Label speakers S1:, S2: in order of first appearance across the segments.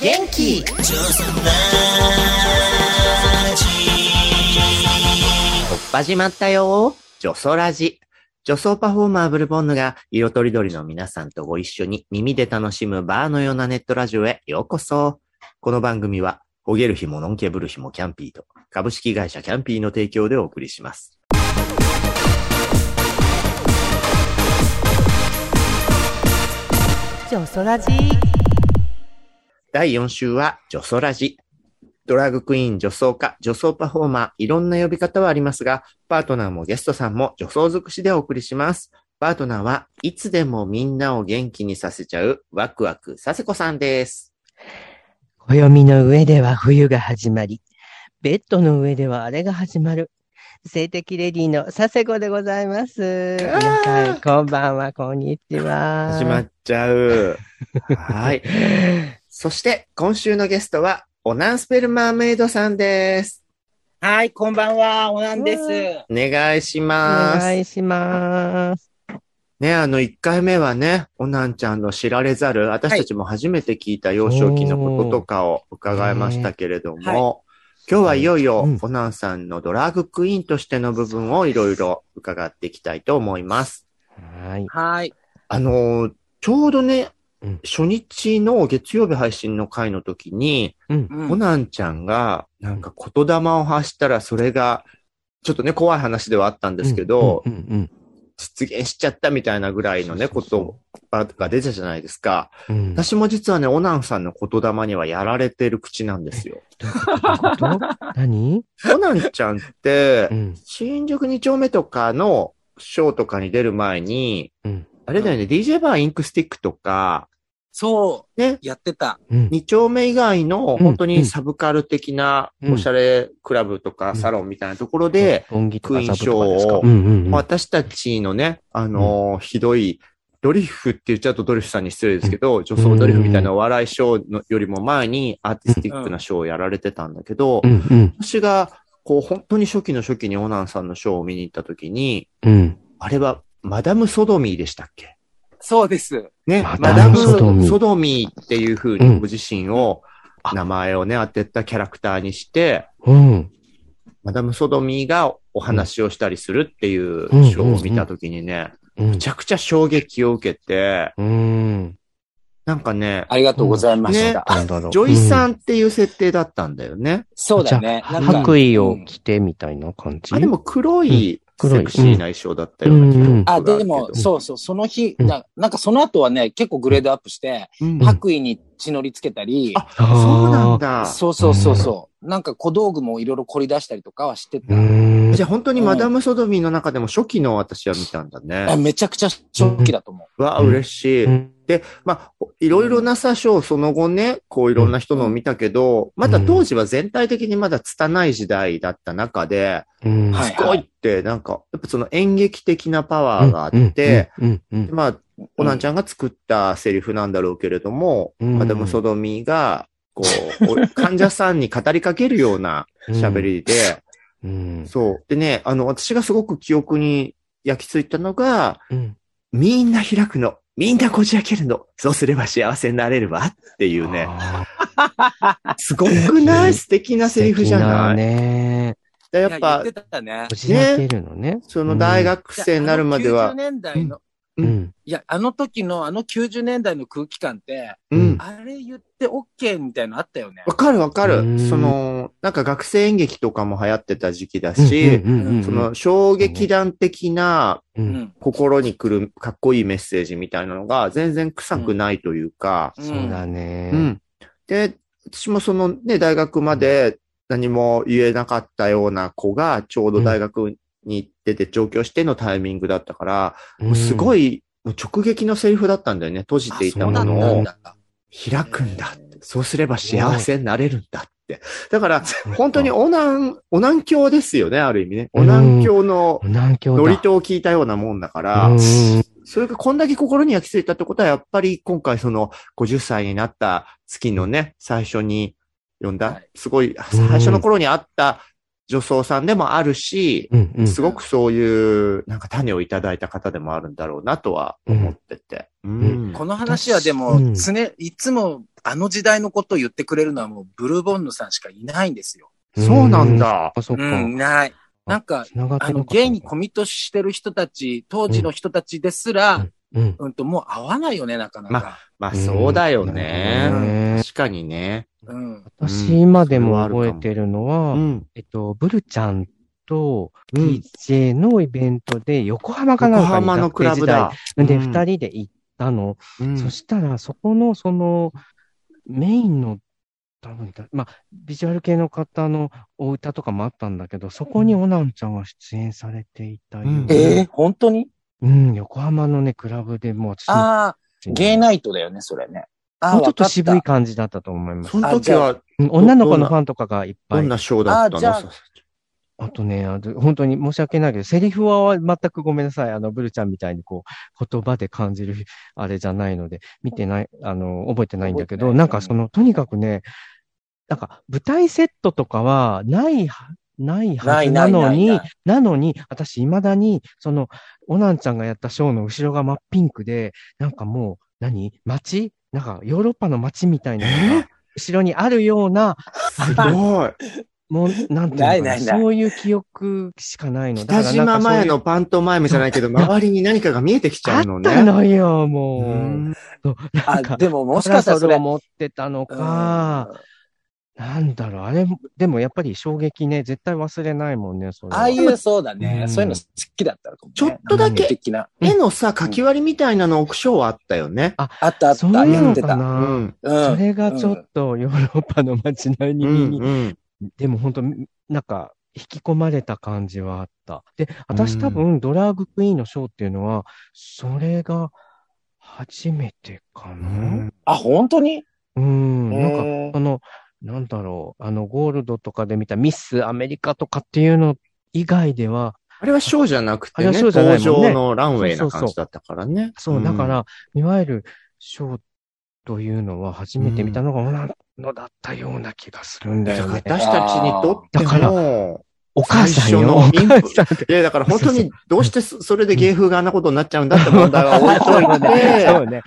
S1: 元気突破始まったよジョソラジ。女装パフォーマーブルボンヌが色とりどりの皆さんとご一緒に耳で楽しむバーのようなネットラジオへようこそ。この番組は、ほげる日ものんけぶる日もキャンピーと、株式会社キャンピーの提供でお送りします。
S2: ジョソラジ
S1: 第4週は、女装ラジ。ドラッグクイーン、女装家、女装パフォーマー、いろんな呼び方はありますが、パートナーもゲストさんも女装尽くしでお送りします。パートナーはいつでもみんなを元気にさせちゃう、ワクワクさせこさんです。
S2: 暦の上では冬が始まり、ベッドの上ではあれが始まる。性的レディの佐世子でございます。皆さん、こんばんは、こんにちは。
S1: 始まっちゃう。はい。そして、今週のゲストは、オナンスペルマーメイドさんです。
S3: はい、こんばんは、おなんです
S2: う。
S1: お願いし
S2: お
S1: ます。
S2: 願いします。
S1: ね、あの、1回目はね、オナンちゃんの知られざる、私たちも初めて聞いた幼少期のこととかを伺いましたけれども、
S3: おーね
S1: 今日はいよいよ、
S2: うん
S1: オナンさんのドラァグクイーンとしての部分をいろいろ伺っていきたいと思います。
S2: はい。
S3: はい。
S1: あのーちょうどね、
S2: うん
S1: 初日の月曜日配信の回の時に、
S2: うん。
S3: う
S1: オ
S3: ん、
S1: ナンちゃんが、なんか言霊を発したら、それが、ちょっとね、怖い話ではあったんですけど、
S2: うんうん
S1: 実現しちゃったみたいなぐらいのね、
S2: そう
S1: こ
S2: そうそう
S1: とが出たじゃないですか。
S2: うん うん。
S1: 私も実はね、オナンさんの言霊にはやられてる口なんですよ。
S2: どういうこと何
S1: オナンちゃんって
S2: う、ん。
S1: 新宿2丁目とかのショーとかに出る前に、
S2: うん
S1: あれだよね、DJ バーインクスティックとか、
S3: そ
S1: ね
S3: う、、やってた。
S2: うん。
S1: 2丁目以外の
S2: うん
S1: 本当にサブカル的な
S2: うん
S1: おしゃれクラブとかサロンみたいなところで、
S2: 音ギとか
S1: クイーン
S2: サブとかですか
S1: ショーを
S2: うんうんうん。
S1: 私たちのね、あのーひどい、ドリフって言っちゃうとドリフさんに失礼ですけど、女装ドリフみたいなお笑いショーのよりも前にアーティスティックなショーをやられてたんだけど、
S2: うんうん
S1: 私が、こう、本当に初期の初期にオナンさんのショーを見に行った時に、
S2: うん。
S1: あれはマダムソドミーでしたっけ
S3: そうです。
S1: ね、マ
S2: マ
S1: ダ
S2: ダ
S1: ム
S2: ム
S1: ソ
S2: ソ
S1: ド
S2: ド
S1: ミ
S2: ミ
S1: ー
S2: ー
S1: っていう風
S2: う
S1: に
S2: ん
S1: ご自身を、名前をね、当てたキャラクターにして、
S2: うん。
S1: マダムソドミーがお話をしたりするっていうショーを見た時にね、
S2: うん
S1: めちゃくちゃ衝撃を受けて、
S2: うん。
S1: なんかね、
S3: ありがとうございまし
S1: ね
S3: た。
S2: なんだろう。
S1: ジョイさんっていう設定だったんだよね。
S3: そうだね。
S2: じゃ
S3: な
S2: あ
S3: んか
S2: 白衣を着てみたいな感じ。
S1: あ、でも黒い、
S2: うん黒い
S1: セクシーな衣装だったような記憶があ
S3: あ、
S1: るけど
S3: でも、そうそう、その日、
S2: うん
S3: ななんかその後はね、結構グレードアップして、
S1: うん
S3: 白衣に血のりつけたり、
S1: あそうなんだ。
S3: そうそうそうそう、なんか小道具もいろいろ凝り出したりとかはしてた。
S2: うん。
S1: じゃあ本当にマダムソドミーの中でも初期の私は見たんだ
S3: あ
S1: ね。
S3: めちゃくちゃ正気だと思
S1: わあ、嬉しい。で、まあ、いろいろなさ、ショー、その後ね、こういろんな人のを見たけど、まだ当時は全体的にまだ拙い時代だった中で、
S2: うん、
S3: はい
S1: すごいって、なんか、やっぱその演劇的なパワーがあって、
S2: うん、うん、うん
S1: まあ、
S3: う。
S1: コナン
S3: ち
S1: ちゃんが作ったセリフなんだろうけれども、
S2: うん
S1: マダムソドミーが、こう、 お患者さんに語りかけるような喋、りで、
S2: うん、
S1: そう。でね、あの、私がすごく記憶に焼き付いたのが、
S2: うん。
S1: みんな開くの、みんなこじ開けるの、そうすれば幸せになれるわっていうね、
S2: あ
S1: すごくない素敵な
S2: ー。
S1: セリフじゃない
S2: ね。
S1: でや
S3: や
S1: っ
S3: っぱ。
S1: ぱ
S3: 言っ、てたね
S2: こ。じ開けるのね。
S1: その大学生になるま
S3: 90
S1: では、
S3: 年代の、
S2: う
S1: うん
S2: ん。
S3: いや、あの時のあの90年代の空気感って、
S1: う
S2: うん
S1: ん。
S3: あれ言って OK みたいなのあったよね。
S1: わかるわか
S2: う
S1: る。
S2: ん
S1: その、なんか学生演劇とかも流行ってた時期だし、
S2: うんうん
S1: その衝撃弾的な
S2: う
S3: うんん。
S1: 心に来るかっこいいメッセージみたいなのが全然臭くないというか、
S2: そうだ
S1: う
S2: ね
S1: ん。。で、私もそのね、大学まで何も言えなかったような子がちょうど大学に出て上京してのタイミングだったから、もうすご
S2: い。
S1: いもう直撃のセリフだったんだよね。閉じていたも
S2: あそう
S1: の
S2: な
S1: を
S2: ん
S1: 開くんだって。そうすれば幸せになれるんだって。だから、本当に
S2: お、
S1: オナン、オナン教ですよね、ある意味ね。オナン教の
S2: 南京だ。
S1: ノリとを聞いたようなもんだから、
S2: うん
S1: それがこんだけ心に焼き付いたってことは、やっぱり今回その50歳になった月のね、最初に読んだ、
S3: はい
S1: すごい、
S2: うん
S1: 最初の頃にあった女装さんでもあるし、
S2: うんうん。
S1: すごくそういう、なんか種をいただいた方でもあるんだろうなとは思ってて。うん。
S3: この話はで
S2: うん
S3: も、常、いつもあの時代のことを言ってくれるのはもうブルボンヌさんしかいないんですよ。
S1: そうなんだ。
S2: あ、そっ
S3: う
S2: か。
S3: ん、いない。なんか、
S2: 繋がって
S3: あ
S2: なか
S3: の、
S2: った
S3: ゲイにコミットしてる人たち、当時の人たちですら、うん、
S2: うん。
S3: と、もう会わないよね、なかなか。
S1: まあそうだよ
S3: うん
S1: ね。
S2: ね
S1: 確かにね。
S3: うん。
S2: 私今でも覚えてるのは、
S1: うん。
S2: えっと、ブルちゃんと
S1: うん
S2: DJ のイベントで横浜か
S1: 横
S2: なんかに
S1: 浜のクラブだ。
S2: 学生時代
S1: うん
S2: で、二人で行ったの。
S1: うん
S2: そしたら、そこの、その、メインの、多分だまあ、ビジュアル系の方のお歌とかもあったんだけど、そこにオナンちゃんは出演されていたよう
S1: うん
S3: えー、本当に
S2: うん、横浜のね、クラブでもう私も
S3: ああ、ゲイナイトだよね、それね。ああ、
S2: もうちょっと
S3: わかた
S2: 渋い。感じだったと思います
S1: そ。の時は
S2: うん女の子のファンとかがいっぱ
S1: どん
S2: い。
S1: なショーだった
S3: あじゃあ
S1: の
S2: あとね、あと本当に申し訳ないけど、セリフは全くごめんなさい。あの、ブルちゃんみたいにこう、言葉で感じるあれじゃないので、見てない、あの、覚えてないんだけ
S3: 覚
S2: ど、
S3: えてない
S2: なんかその、とにかくね、なんか舞台セットとかはないは、ないはずなのに、
S3: ないないないな
S2: な
S3: い
S2: のに、私未だに、その、オナンちゃんがやったショーの後ろが真っピンクで、なんかもう、何街なんかヨーロッパの街みたいなのが、後ろにあるような、
S1: すごい。
S2: もう、なんていうのかな
S3: ないないない
S2: そういう記憶しかないの。
S1: 北島前のパントマイムじゃないけ ど、周りに何かが見えてきちゃ
S2: あ
S1: う
S2: っ
S1: のね。
S2: たのよ、
S1: う
S2: もう。
S1: ん
S2: そうなん
S3: あ、
S2: か、
S3: でももしかしたらそ
S2: それ
S3: れ
S2: を。持ってた
S3: う
S2: の
S3: ん
S2: か、なんだろう、あれ、でもやっぱり衝撃ね、絶対忘れないもんね、それは。
S3: ああいう、そうだね。
S2: うん
S3: そういうの好きだったのかも、ね。
S1: ちょっとだけ
S3: 的な。
S1: 絵のさ、書き割りみたいなの置くショーはあったよね。
S3: あったあった。
S2: そういう
S3: やっ
S2: の
S3: て
S2: か
S3: た。
S1: う
S2: な、
S1: ん。
S3: う
S2: そ
S3: ん。
S2: れがちょっとヨーロッパの街並み
S1: う
S2: に、
S1: ん。うん
S2: でも本当なんか、引き込まれた感じはあった。で、私
S1: うん
S2: 多分、ドラァグクイーンのショーっていうのは、それが初めてか
S1: う
S2: な。
S1: ん。
S3: あ、本当に
S2: うん、なんか、
S3: へー
S2: その、なんだろう、あの、ゴールドとかで見たミスアメリカとかっていうの以外では、
S1: あれはショーじゃなくて
S2: あ
S1: ね、
S2: れはショーじゃない
S1: 登
S2: もんね
S1: 場のランウェイな感じだったからね。
S2: そう、
S1: ん
S2: だか、ら、いわゆるショーというのは初めて見たのがオナのだったような気がするんだ
S1: だ
S2: よ
S1: から
S2: ね。
S1: 私たちにとって
S2: だから
S1: も、
S2: お母さん
S1: 最初
S2: よ、
S1: の
S2: お
S1: インプ
S2: 母さんって
S1: いや、だから本当にどうしてそそれで芸風があんなことになっちゃうんだって問題は置い
S2: そういうの
S1: とい
S2: ね
S1: て、
S2: そうね。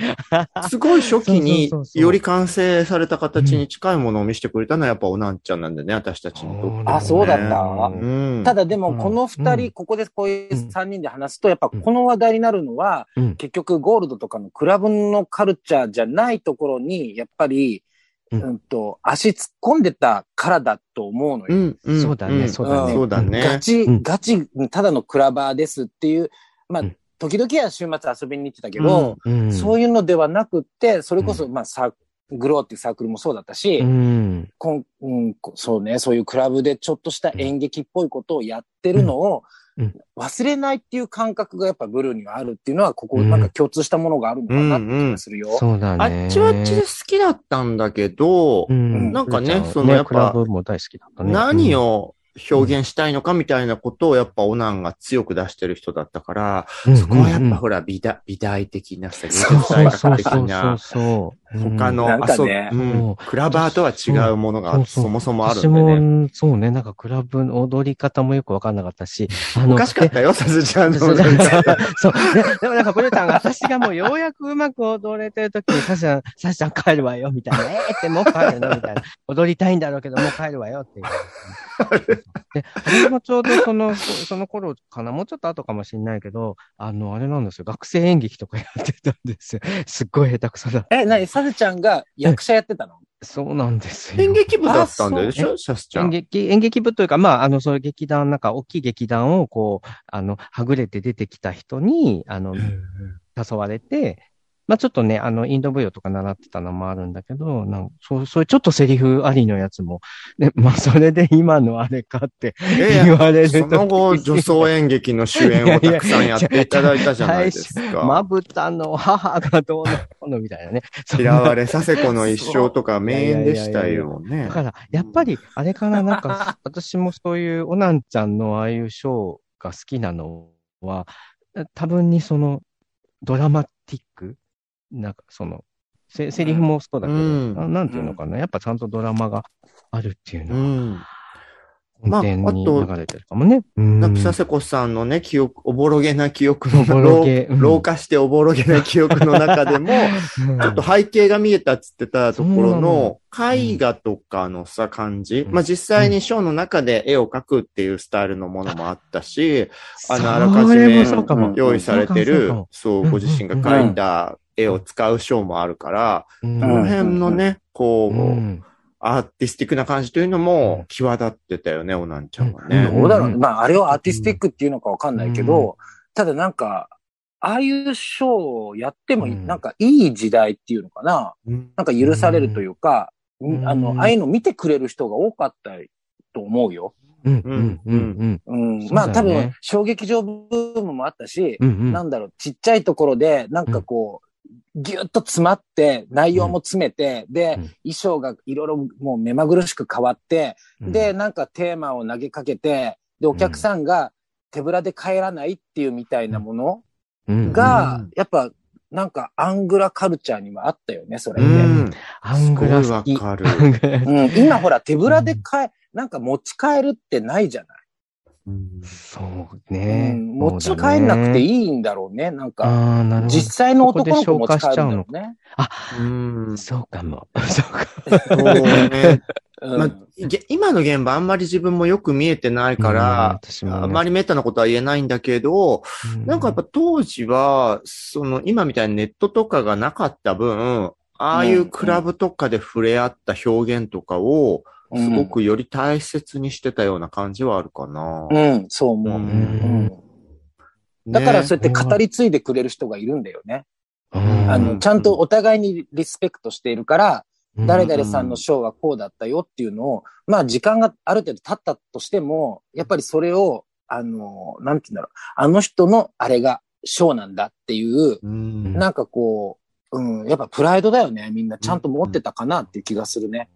S1: すごい初期に
S2: そうそうそうそう
S1: より完成された形に近いものを見せてくれたのはやっぱおなんちゃんなんでね、私たちにとって、
S3: あそうだった
S1: うん。
S3: ただでも、この二
S2: うん
S3: 人、ここでこういう三人で話すと、やっぱこの話題になるのは
S2: うん、
S3: 結局ゴールドとかのクラブのカルチャーじゃないところに、やっぱり、
S2: う
S3: うんんと、足突っ込んでたからだと思うの
S1: う
S3: よ。
S1: ん、うん。
S2: そうだね
S1: ん
S2: そう
S3: だね
S1: そう
S3: ガ
S1: だね。
S3: チ
S2: うん、
S3: ガチ、ただのクラバーですっていう、まあ
S2: うん、
S3: 時々は週末遊びに行ってたけど、
S2: うん。
S3: そういうのではなくって、それこそ、
S2: う
S3: まあ、サーグローっていうサークルもそうだったし、
S2: うん。
S3: こんうん、こそうね、そういうクラブでちょっとした演劇っぽいことをやってるのを
S2: うんうん
S3: 忘れないっていう感覚がやっぱブルーにはあるっていうのは、ここ
S2: うん
S3: なんか共通したものがあるのかなって気がするよ。
S2: そうだ
S1: あ
S2: ね。
S1: っちはあっちで好きだったんだけど、
S2: うん。
S1: なんかね
S2: ルーちゃんは
S1: そのやっぱ
S2: クラブも大好きだったね。
S1: 何を表現したいのかみたいなことをやっぱオナンが強く出してる人だったから、
S2: うん、
S1: そこはやっ
S2: うんうん
S1: ぱほら美大美大的なさ、
S3: そう
S1: 芸術
S2: そう
S1: 大学
S2: そ
S1: 的
S2: うそう
S1: な
S2: そう。うん
S1: 他の
S3: なんか
S1: 遊び、
S3: ね
S1: うん、クラバーとは違うもの
S2: そう
S1: が
S2: そう
S1: そもそもあるん
S2: 私
S1: でね。
S2: も、そうね、なんかクラブの踊り方もよくわかんなかったし、あ の、
S1: おかしかったよ、さずちゃん
S2: で
S1: の。
S2: そう、そうででもなんかブルータンが私がもうようやくうまく踊れてる時に、サシャン、サシャン帰るわよ、みたいな、えーってもう帰るのみたいな、踊りたいんだろうけど、もう帰るわよっていう。 で、私もちょうどその、その頃かな、もうちょっと後かもしれないけど、あの、あれなんですよ、学生演劇とかやってたんですよ。すっごい下手くそだ。
S3: え、なに、サルちゃんが役者やってたの
S2: そうなんですよ。
S1: 演劇部だったんだよでしょ、シャスちゃ
S2: 演
S1: ん。
S2: 劇、演劇部というか、まあ、あの、そういう劇団、なんか、大きい劇団を、こう、あの、はぐれて出てきた人に、あの、誘われて、まあ、ちょっとね、あの、インド舞踊とか習ってたのもあるんだけど、なんそう、そういうちょっとセリフありのやつも、ね、まあ、それで今のあれかって
S1: え
S2: 言われ
S1: え、
S2: ると。
S1: その後、女装演劇の主演をたくさんやっていただいたじゃないです
S2: ま
S1: か。
S2: ぶたの母がどうのこうのみたいなね。
S1: 嫌われ、佐世子の一生とか名演でしたよね
S2: だ。から、やっぱり、あれかな、なんか、私もそういう、オナンちゃんのああいうショーが好きなのは、多分にその、ドラマティックなんか、その、せセリフもそうだけど、
S1: うん
S2: ななんていうのかな、やっぱちゃんとドラマがあるっていう
S1: う
S2: のは、
S1: ん。まあ
S2: 根底に
S1: あと
S2: 流れてるかもね。うん
S1: なんか佐世子さんのね、記憶、おぼろげな記憶の、
S2: おぼろげ
S1: 老
S2: うん
S1: 老化しておぼろげな記憶の中で も、
S2: うん
S1: ちょっと背景が見えたっつってたとこ
S2: そう
S1: ろ
S2: なの
S1: の、絵画とかのさ、感じ。
S2: うん
S1: まあ、実際にショーの中で絵を描くっていうスタイルのものもあったし、あの、あらかじ
S2: それ
S1: め
S2: もそうかも。
S1: 用意されて
S2: そう
S1: る
S2: かも、
S1: そう
S2: か
S1: う、
S2: も
S1: ご自身が描いた絵を使うショーもあるから、
S2: うん
S1: この辺のね、こ
S2: う
S1: う、
S2: ん
S1: アーティスティックな感じというの
S2: う
S1: も
S2: ん
S1: 際立ってたよね、オナンちゃんは
S2: う
S1: ね。
S3: どうだろう、
S2: うん
S3: まあ、あれをアーティスティックっていうのかわかんないけど、ただなんか、ああいうショーをやってもいい、
S2: うん
S3: なんかいい時代っていうのかな。なんか許されるというか、
S2: ん
S3: あの、ああいうの見てくれる人が多かったと思うよ。
S2: うんうんうん
S3: うん。
S2: そうだ
S3: ま
S2: よ
S3: あ
S2: ね
S3: 多分、小劇場ブームもあったし、
S2: うんうん
S3: なんだろう、ちっちゃいところで、なんかこう、ぎゅっと詰まって、内容も詰めて、で、
S2: うん
S3: 衣装がいろいろもう目まぐるしく変わって、
S2: うん
S3: で、なんかテーマを投げかけて、で、お客さんが手ぶらで帰らないっていうみたいなもの
S2: うん
S3: が、
S1: うん
S3: やっぱ、なんかアングラカルチャーにはあったよね、それ
S1: う
S3: って。うん
S1: ん。
S2: アングラ
S1: す
S2: 好
S1: ごい
S2: き。
S1: わかる。
S3: 今ほら手ぶらで帰、なんか持ち帰るってないじゃない、
S2: そうね。
S3: うん持ち帰んなくていいんだろうね、なんか。
S2: ああ、なるほど。
S3: 実際の男の子
S2: ここ
S3: 持
S2: で消
S3: ち
S2: 化し
S3: 帰
S2: ちゃ
S3: る
S2: う
S3: だ
S2: んの
S3: ろ
S2: か
S3: うね。
S2: あ、
S1: うん。そ
S2: そうかも。そうか
S1: う ね。
S3: うん
S1: まあげ今の現場あんまり自分もよく見えてない
S2: も。
S1: から、
S2: うん、私もね
S1: あんまりめったなことは言えないんだけど、なんかやっぱ、当時は、その今みたいにネットとかがなかった分、ああいうクラブとかで触れ合った表現とか
S3: う
S1: を、
S3: ん
S1: すごくより大切にしてたような感じはあるかな。
S3: うん、そう思う。う
S1: う
S3: んん
S1: ね
S3: だからそうやって語り継いでくれる人がいるんだよね。
S2: うん
S3: あの、ちゃんと、お互いにリスペクトしているから、
S2: うん
S3: 誰々さんのショーはこうだったよっていうのを、まあ時間がある程度経ったとしても、やっぱりそれを、あの、なんて言うんだろう、あの人のあれがショーなんだっていう、
S1: うん
S3: なんかこう、うん、やっぱプライドだよね。みんなちゃんと持ってたかなっていう気がするね。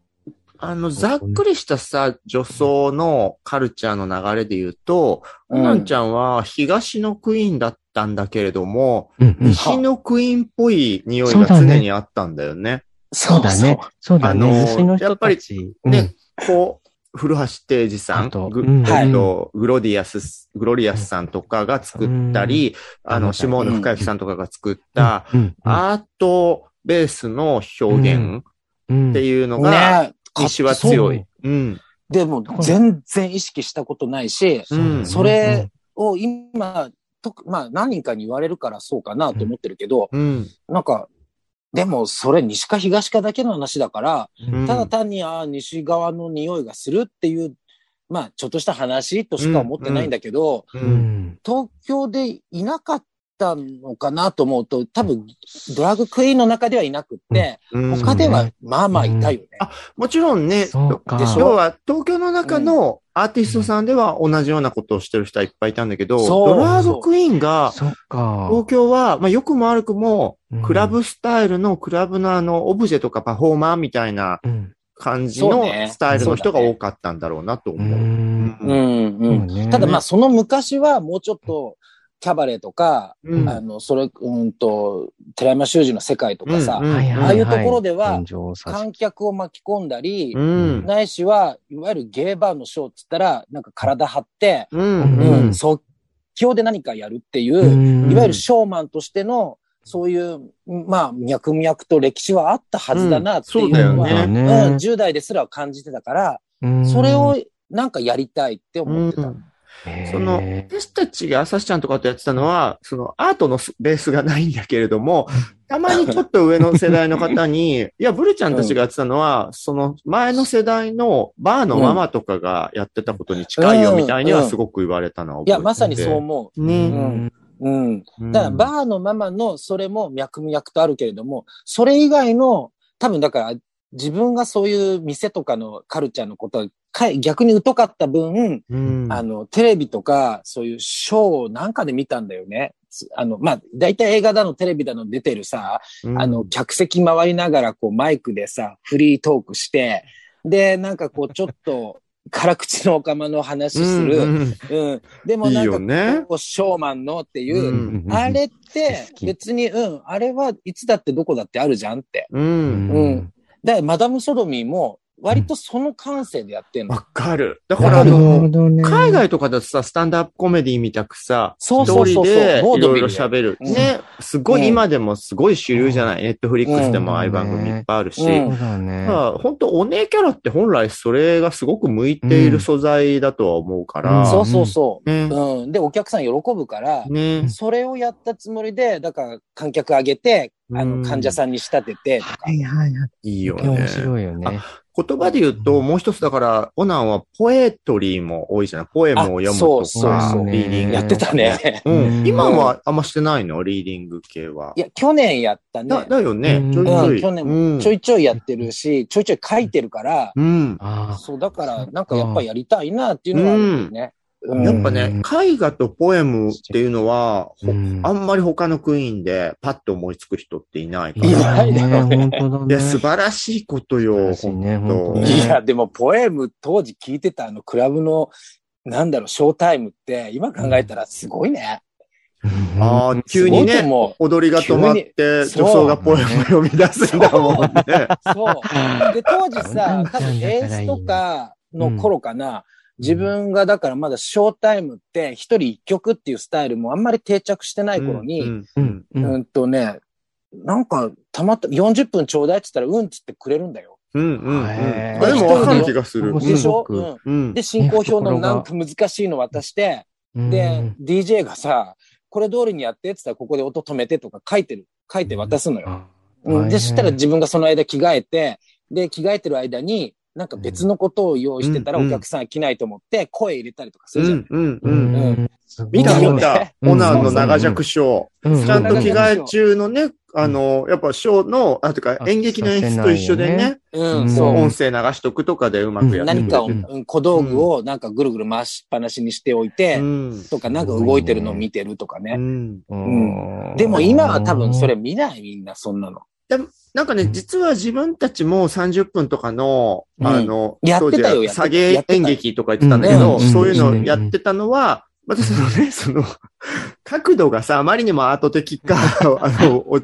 S1: あの、ざっくりしたさ、女装のカルチャーの流れで言うと、
S3: うん
S1: なんちゃんは東のクイーンだったんだけれども、
S2: うんうん
S1: 西のクイーンっぽい匂い
S2: そう
S1: が
S2: だね
S1: 常にあったんだよね。
S3: そ
S2: そうだね。そうだ
S1: あ
S2: ね。
S1: のー
S2: 西の人たち。
S1: ねこう、古橋定治さん、
S2: あと
S1: グ
S2: うん
S1: えっとグロディアス、グロリアスさんとかが作ったり、あ
S2: う
S1: の、
S2: ん
S1: 下野深雪さんとかが作った、
S2: うん、うん、
S1: アートベースの表現
S2: うん
S1: っていうのが、
S3: ね
S1: 西は強
S2: そ
S1: い。うん。
S3: でも全然意識したことないし、
S1: うん
S2: だね
S3: それ、を今、とくまあ何人かに言われるからそうかなと思ってるけど、
S1: うん。
S3: なんか、でもそれ西か東かだけの話だから、
S1: うん
S3: ただ単にああ西側の匂いがするっていう、まあちょっとした話としか思ってないんだけど、
S1: う。
S2: うんん。
S3: 東京でいなかったのかなと思うと、多分、ドラッグクイーンの中ではいなくって、
S1: うん
S3: 他ではまあまあいたよね。
S1: もちろんね、
S2: そうか
S3: でしょ
S1: 要は東京の中のアーティストさんでは同じようなことをしてる人はいっぱいいたんだけど、
S3: うんそう
S1: ドラァグクイーンが、
S2: そっか。
S1: 東京は、まあ、良くも悪くも、
S2: うん
S1: クラブスタイルの、クラブのあの、オブジェとかパフォーマーみたいな
S2: うん。
S1: 感じの
S3: そうね
S1: スタイルの人が
S3: そうだ
S1: 多
S3: ね
S1: かったんだろうなと
S2: う
S1: 思う。
S2: ん。
S1: う
S3: うんう。
S2: そうんね
S3: ただまあ、その昔はもうちょっと、キャバレーとか、
S1: うん
S3: あの、それ、うんと、寺山修司の世界とかさ、
S1: うん
S2: はいはいはい
S3: ああいうところでは
S2: 現状さ
S3: 観客を巻き込んだり
S1: う、ん。
S3: ないしは、いわゆるゲーバーのショーっつったら、なんか体張って、
S1: うん。
S3: う
S1: うん
S3: ん、。即興で何かやるっていう、
S2: うん
S3: いわゆるショーマンとしての、そういう、まあ、脈々と歴史はあったはずだなっていうの
S1: うん
S3: は、
S1: そうだ
S3: う
S1: よ
S3: ん
S2: ね
S3: 10代ですら感じてたから、
S2: うん
S3: それをなんかやりたいって
S1: う
S3: 思ってた。
S1: ん、
S2: へー
S1: その私たちが朝日ちゃんとかとやってたのは、そのアートのベースがないんだけれども、たまにちょっと上の世代の方に、 いや、ブルちゃんたちがやってたのは、その前の世代のバーのママとかがやってたことに近いよみたいにはすごく言われたのは覚
S3: い
S1: えて
S3: や、
S1: て
S3: まさにそう思
S2: う
S1: ね。
S2: ん
S3: う。うん。
S1: う
S3: だから、バーのママのそれも脈々とあるけれども、それ以外の、多分だから、自分がそういう店とかのカルチャーのことはかい、逆に疎かった分、
S1: うん
S3: あの、テレビとか、そういうショーなんかで見たんだよね。つあの、まあ、大体映画だの、テレビだの出てるさ、あの、客席回りながら、こう、マイクでさ、フリートークして、で、なんかこう、ちょっと、辛口のおかまの話す
S1: う
S3: る。
S1: んうん
S3: うん、でもなん
S1: いいよね
S3: かこう、ショーマンのっていうう、
S1: ん
S3: あれって
S2: 好、き
S3: 別に、うん、あれはいつだってどこだってあるじゃんって。
S1: うん
S3: うんだから、マダム・ソドミーも、割とその感性でやってんの。
S1: わかる。だから、
S2: な
S1: あ
S2: る
S1: の
S2: ほ、どね。
S1: 海外とかだとさ、スタンダップコメディみたくさ、
S3: そう
S1: 一
S3: そう
S1: 人
S3: そうそう。
S1: でい
S3: ボード
S1: ろい
S3: ビ
S1: ろ
S3: ル
S1: 喋る。
S3: うん
S1: ね。すご
S3: うん
S1: い、今でもすごい主流じゃない。ネットフリックスで
S2: うん
S1: もああいう番組いっぱいあるし。
S3: うん
S2: そうだね。
S1: まあ、本当お姉キャラって本来それがすごく向いている素材だとは思うか
S2: うん
S1: ら。
S3: そうそうそう。
S1: ね。
S3: うん。で、お客さん喜ぶから、
S1: ね。
S3: それをやったつもりで、だから観客上げて、あ
S1: うん
S3: の、患者さんに仕立ててとか。
S2: はいはいはい。
S1: いいよね
S2: 面。白いよね。
S1: 言葉で言うと、もう一つだから、オナンはポエトリーも多いじゃないポエムを読む
S3: あ
S1: と
S3: そう
S1: か、
S3: そう
S1: リーディング。
S3: やってたね。
S1: うん。
S2: うん
S1: 今はあんましてないのリーディング系は。
S3: いや、去年やったね。
S1: だだよね
S2: うん。
S1: ちょいちょ
S3: うん
S1: い。
S3: 去年
S1: うん
S3: ちょいちょいやってるし、ちょいちょい書いてるから、
S1: うん。
S2: あ
S3: そう、だから、なんかやっぱやりたいなっていうのはあるよね。う
S1: や
S3: ん
S1: っぱね、絵画とポエムっていうのは、
S2: あ。う
S1: ほ
S2: ん
S1: あんまり他のクイーンでパッと思いつく人っていないから。
S3: いない
S2: ね。本当だね。
S1: いや、素晴らしいことよ。
S2: 素晴らしいね
S1: ほんと
S2: ほんとね
S3: いや、でも、ポエム当時聞いてたあの、クラブの、なんだろう、ショータイムって、今考えたらすごいね。
S1: ああ、急
S3: す
S1: に
S3: ごいと
S1: ね、
S3: 思
S1: 踊りが止まって、
S3: 急に
S1: 女装がポエムを読み出すんだもんね。
S3: う。そう。 で、当時
S2: なん
S3: さ
S2: か、
S3: 多分エースとかの頃かな、自分がだからまだショータイムって、一人一曲っていうスタイルもあんまり定着してない頃に、
S1: うんう
S2: うんん。う。
S3: うんんとね、なんか、たまった、40分ちょうだいって言ったら、うんっつってくれるんだよ。
S1: うんうんうん。
S2: へ
S3: ー
S1: あでもわかる気がする。
S2: 面白い
S3: でしょ
S2: うん
S3: うん。
S1: うん。
S3: で、進行表のなんか難しいの渡して、
S2: うん
S3: で、、DJ がさ、これ通りにやってって言ったら、ここで音止めてとか書いてる、書いて渡すのよ。
S2: あ
S3: うん、
S2: 大変
S3: で、したら自分がその間着替えて、で、着替えてる間に、なんか別のことを用意してたら
S1: うん
S3: お客さん飽きないと思って、声入れたりとかす
S1: う
S3: るじゃん。
S1: んうん
S2: う
S1: うん。
S2: ん。すごい
S1: 見た
S3: よ
S1: 見た。
S2: うん
S1: オナンの長尺ショ
S2: うん
S1: ー。ちゃんと着替え中のね、あの、やっぱショーの、あ、てか
S2: あ
S1: 演劇の演出と一緒でね、
S3: うん、
S2: うん
S1: そう
S3: そう。
S1: 音声流しとくとかでうまくやってくれ
S3: 何
S1: て
S3: かを、う
S1: る
S3: ん小道具をなんかぐるぐる回しっぱなしにしておいて、
S1: うん。
S3: とか、なんか動いてるのを見てるとか
S1: う
S3: ね。
S1: ん。
S2: うん
S3: でも今は多分それ見ないみんな、そんなの。
S1: なんかね、実は自分たちも30分とかの、
S3: うん
S1: あの、
S3: やってたよ
S1: 当時は
S3: やって
S1: 下
S3: や
S1: げ
S3: ってたよ
S1: 演劇とか言ってたんだけ
S3: う
S1: ど、
S3: ん
S1: そういうのをやってたのは、またそのね、その、角度がさ、あまりにもアート 的か、あの、お
S3: い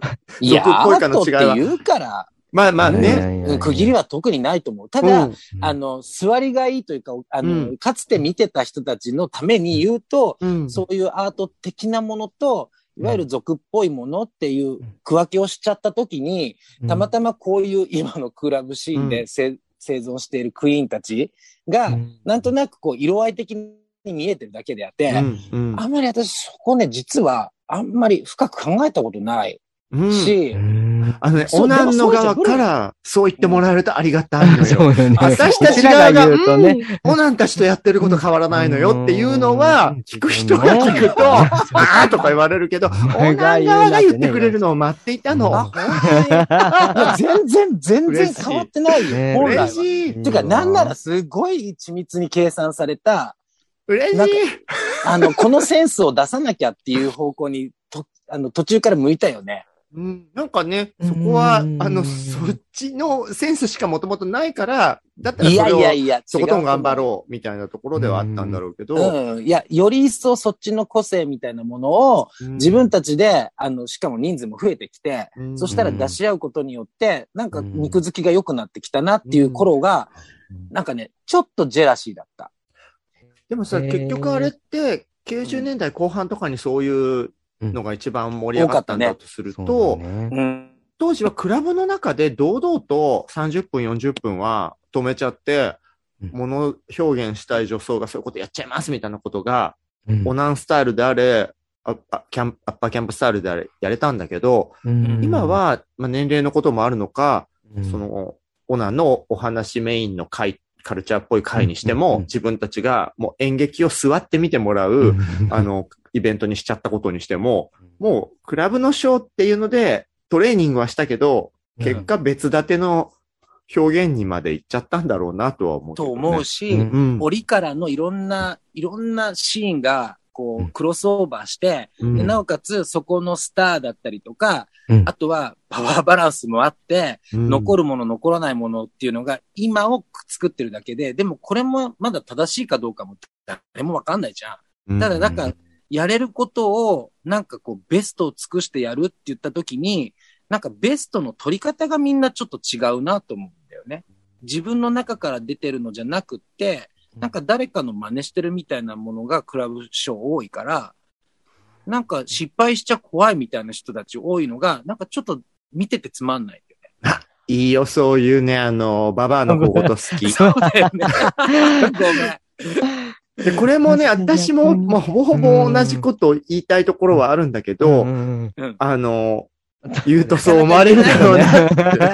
S3: や、ア
S1: 俗っぽいか
S3: ー
S1: の
S3: トっ
S1: 違
S3: て
S1: いは
S3: 言うから、
S1: まあまあ
S2: いやい
S1: ね。
S2: やいやい
S3: うん
S2: や
S3: 区切りは特にないと思う。た
S1: う
S3: だ、
S1: ん
S3: あの、座りがいいというか、あ
S1: う
S3: の、かつて見てた人たちのために言うと、
S1: うん
S3: そういうアート的なものと、いわゆる俗っぽいものっていう区分けをしちゃった時に、たまたまこういう今のクラブシーン
S1: う
S3: でせ生存しているクイーンたちが、なんとなくこう、色合い的に見えてるだけであって、
S1: うん
S3: あんまり私そこね、実は、あんまり深く考えたことない
S1: うん
S3: し、
S2: うん
S1: あのね、
S3: そう
S1: オナンの側から、そう言ってもらえるとありがたいの
S2: そ
S1: よ。
S2: うよね。
S1: 私たち
S2: うち
S1: 側
S2: らが
S1: が、
S2: 言うとね
S1: うんオナンたちとやってること変わらないのよっていうのは
S2: うん、
S1: 聞く人が聞くと、あーとか言われるけど、オナン側が言ってくれるのを待っていた
S3: あ、
S1: の。
S3: 本当に 全然、全然変わってないよ、
S2: 嬉しい
S3: 本来
S1: 嬉
S3: は。
S1: しい。
S3: てか、なんならすごい緻密に計算された、
S1: 嬉し
S3: なんか
S1: い。
S3: あ の、このセンスを出さなきゃっていう方向に、と、あの、途中から向いたよね。
S1: うんなんかね、そこは、あ
S2: うん
S1: の、そっちのセンスしかもともとないから、だったら
S3: い
S1: そ
S3: や
S1: れ
S3: いや
S1: を、
S3: いや、
S1: とことん
S3: 違
S1: 頑張
S3: う
S1: ろうみたいなところではあったんだろうけ
S3: と
S1: ど、
S3: 思う。うん。いや、より一層そっちの個性みたいなものを、自分たちで、あの、しかも人数も増えてきて、
S1: うん、
S3: そしたら出し合うことによって、なんか肉付きが良くなってきたなっていう頃が、
S2: うん
S3: なんかね、ちょっとジェラシーだった。
S1: でもさ、
S2: へー
S1: 結局あれって、90年代後半とかにそういうのが一番盛り上がったんだとする
S2: そう
S1: と
S2: だ、ね
S3: うん。
S1: 当時はクラブの中で堂々と30分、40分は止めちゃって、
S2: うん
S1: もの表現したい女装がそういうことやっちゃいますみたいなことが、
S2: うん
S1: オナンスタイルであれ、アッパキャンプアッパーキャンプスタイルであれ、やれたんだけど、
S2: うん
S1: 今は、まあ、年齢のこともあるのか、
S2: うん
S1: その、オナのお話メインの会、カルチャーっぽい会にしても、
S2: うんうんうん
S1: 自分たちがもう演劇を座って見てもらう、あの、イベントにしちゃったことにしても、もう、クラブのショーっていうので、トレーニングはしたけど、
S2: うん
S1: 結果別立ての表現にまで行っちゃったんだろうなとは思うけど
S3: と
S1: ね、
S3: 思うし、
S2: うん
S1: うん。
S3: 折からのいろんな、いろんなシーンが、こ
S2: うん
S3: う、クロスオーバーして、
S1: うん
S3: でなおかつ、そこのスターだったりとか、
S2: うん
S3: あとは、パワーバランスもあって、残
S1: る。
S3: るもの、残らないものっていうのが、今を作ってるだけで、でもこれもまだ正しいかどうかも、誰もわかんないじゃん。
S1: うん
S3: ただなんか、やれることを、なんかこう、ベストを尽くしてやるって言ったときに、なんかベストの取り方がみんなちょっと違うなと思うんだよね。自分の中から出てるのじゃなくって、なんか誰かの真似してるみたいなものがクラブショー多いから、なんか失敗しちゃ怖いみたいな人たち多いのが、なんかちょっと見ててつまんない。
S1: いいよ、そういうね、あの、ババアの小言好 き。
S2: そう
S3: だ よね。ごめん。
S1: で、これもね、
S2: 確かに
S1: 私も、まあ、ほぼほぼ同じことを言いたいところはあるんだけど、
S2: ん
S1: あの、 言うとそう思われるだろう な。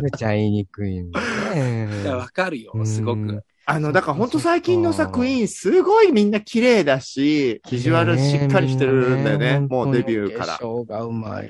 S2: む ちゃ言いにくいんだね
S3: いやわかるよ、すご
S2: うん
S3: く。
S1: あの、だから本当最近のさ、
S2: そっか
S1: クイーン、すごいみんな綺麗だし、ビジュアルしっかりしてるんだよね。
S2: みんな
S1: もうデビューか
S2: 化
S1: ら。
S2: 粧がうまい。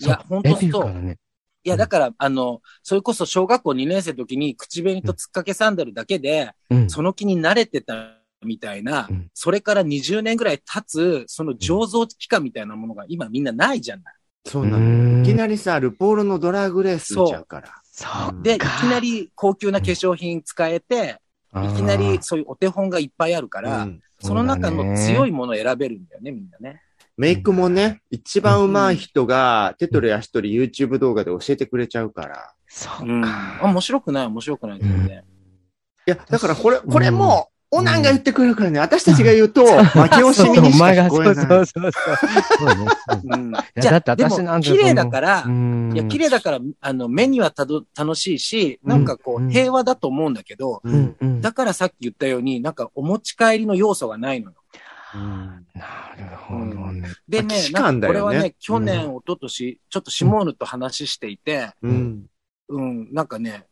S3: いや、本
S2: デ
S3: 当
S2: ビュー
S3: そ
S2: から
S3: う。
S2: ね。
S3: いや、だから、あの、それこそ小学校2年生の時に口紅とつっかけサンダルだけで、
S2: うん
S3: その気に慣れてたみたいな
S2: うん、
S3: それから20年ぐらい経つ、その醸造期間みたいなものが今みんなないじゃない。
S1: そうなの
S2: う
S1: よ。
S2: ん
S1: いきなりさ、ルポールのドラッグレース見ちゃうから。
S2: そう。
S3: で、いきなり高級な化粧品使えて、いきなりそういうお手本がいっぱいあるか
S1: う
S3: ら、
S1: ん
S3: その中の強いものを選べるんだよね、みんなね。
S1: メイクもね、一番上手い人が、手取り足取り YouTube 動画で教えてくれちゃうから。
S2: そう
S3: うん。あ面白くない、面白くないんだよね。
S1: いや、だからこれ、これも、オナンが言ってくるからね、私たちが言うと、負け惜し
S2: そう
S1: み
S2: そう
S1: に
S2: お
S1: しか
S2: 前
S1: 聞
S2: がそう
S1: こえ
S2: そうそ
S1: な
S2: う
S1: い。
S2: そう。そうねそう
S3: うん
S2: や
S3: じゃ
S2: だ
S3: あ
S2: って
S3: でも
S2: 私なんて
S3: 綺麗だから
S2: う、ん
S3: いや、綺麗だから、あの、目にはたど、楽しいし、なんかこ
S2: う
S3: う、
S2: ん
S3: 平和だと思うんだけど、
S1: う
S2: うんんうん
S3: だからさっき言ったように、なんかお持ち帰りの要素がないのよ。
S1: うん
S2: なるほどね。
S3: で
S1: ま
S3: ね
S1: あ、既視
S3: な
S1: 感
S3: んか
S1: だ
S3: こ
S1: よ
S3: れ
S1: ね
S3: はね、去年、
S1: う
S3: 一昨年、ちょっとシモーヌと話していて、
S1: うん。
S3: うん、なんかね、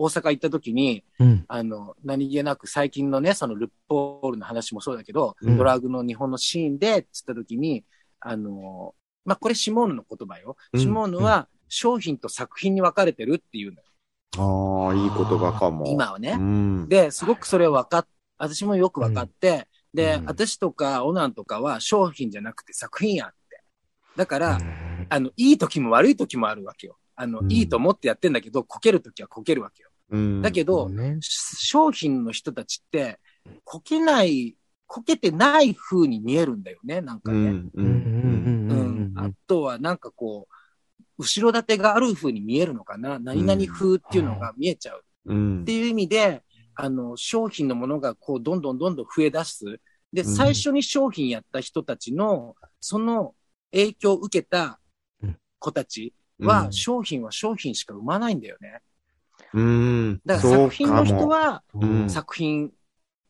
S3: 大阪行った時に、
S2: うん。
S3: あの、何気なく最近のね、そのルポールの話もそうだけど、
S1: うん
S3: ドラッグの日本のシーンで、つった時に、あの、まあ、これシモーヌの言葉よ。
S1: うん
S3: シモーヌは商品と作品に分かれてるっていうのよ、
S1: ああ、いい言葉かも。
S3: 今はね。
S1: うん。
S3: で、すごくそれを分かっ、私もよく分かって、で、
S2: うん
S3: 私とかオナンとかは商品じゃなくて作品やって。だから、あの、いい時も悪い時もあるわけよ。あの、
S1: うん
S3: いいと思ってやってんだけど、こける時はこけるわけよ。
S1: うん
S3: だけど、
S2: ね。
S3: 商品の人たちって、こけない、こけてない風に見えるんだよね、なんか
S1: う
S3: ね。
S1: ん。
S2: う
S1: う
S3: う。
S1: んん。
S2: うんんう
S3: あ
S2: ん。
S3: とは、なんかこう、後ろ盾がある風に見えるのかな何々風っていうのが見えちゃう。
S1: うん
S3: っていう意味で、あの、商品のものがこう、どんどんどんどん増え出す。で、
S1: うん
S3: 最初に商品やった人たちの、その影響を受けた子たちは、
S1: うん
S3: 商品は商品しか生まないんだよね。
S1: うん。
S3: だから作品の
S1: そう
S3: 人
S1: かも、
S3: は、
S1: うん
S3: 作品、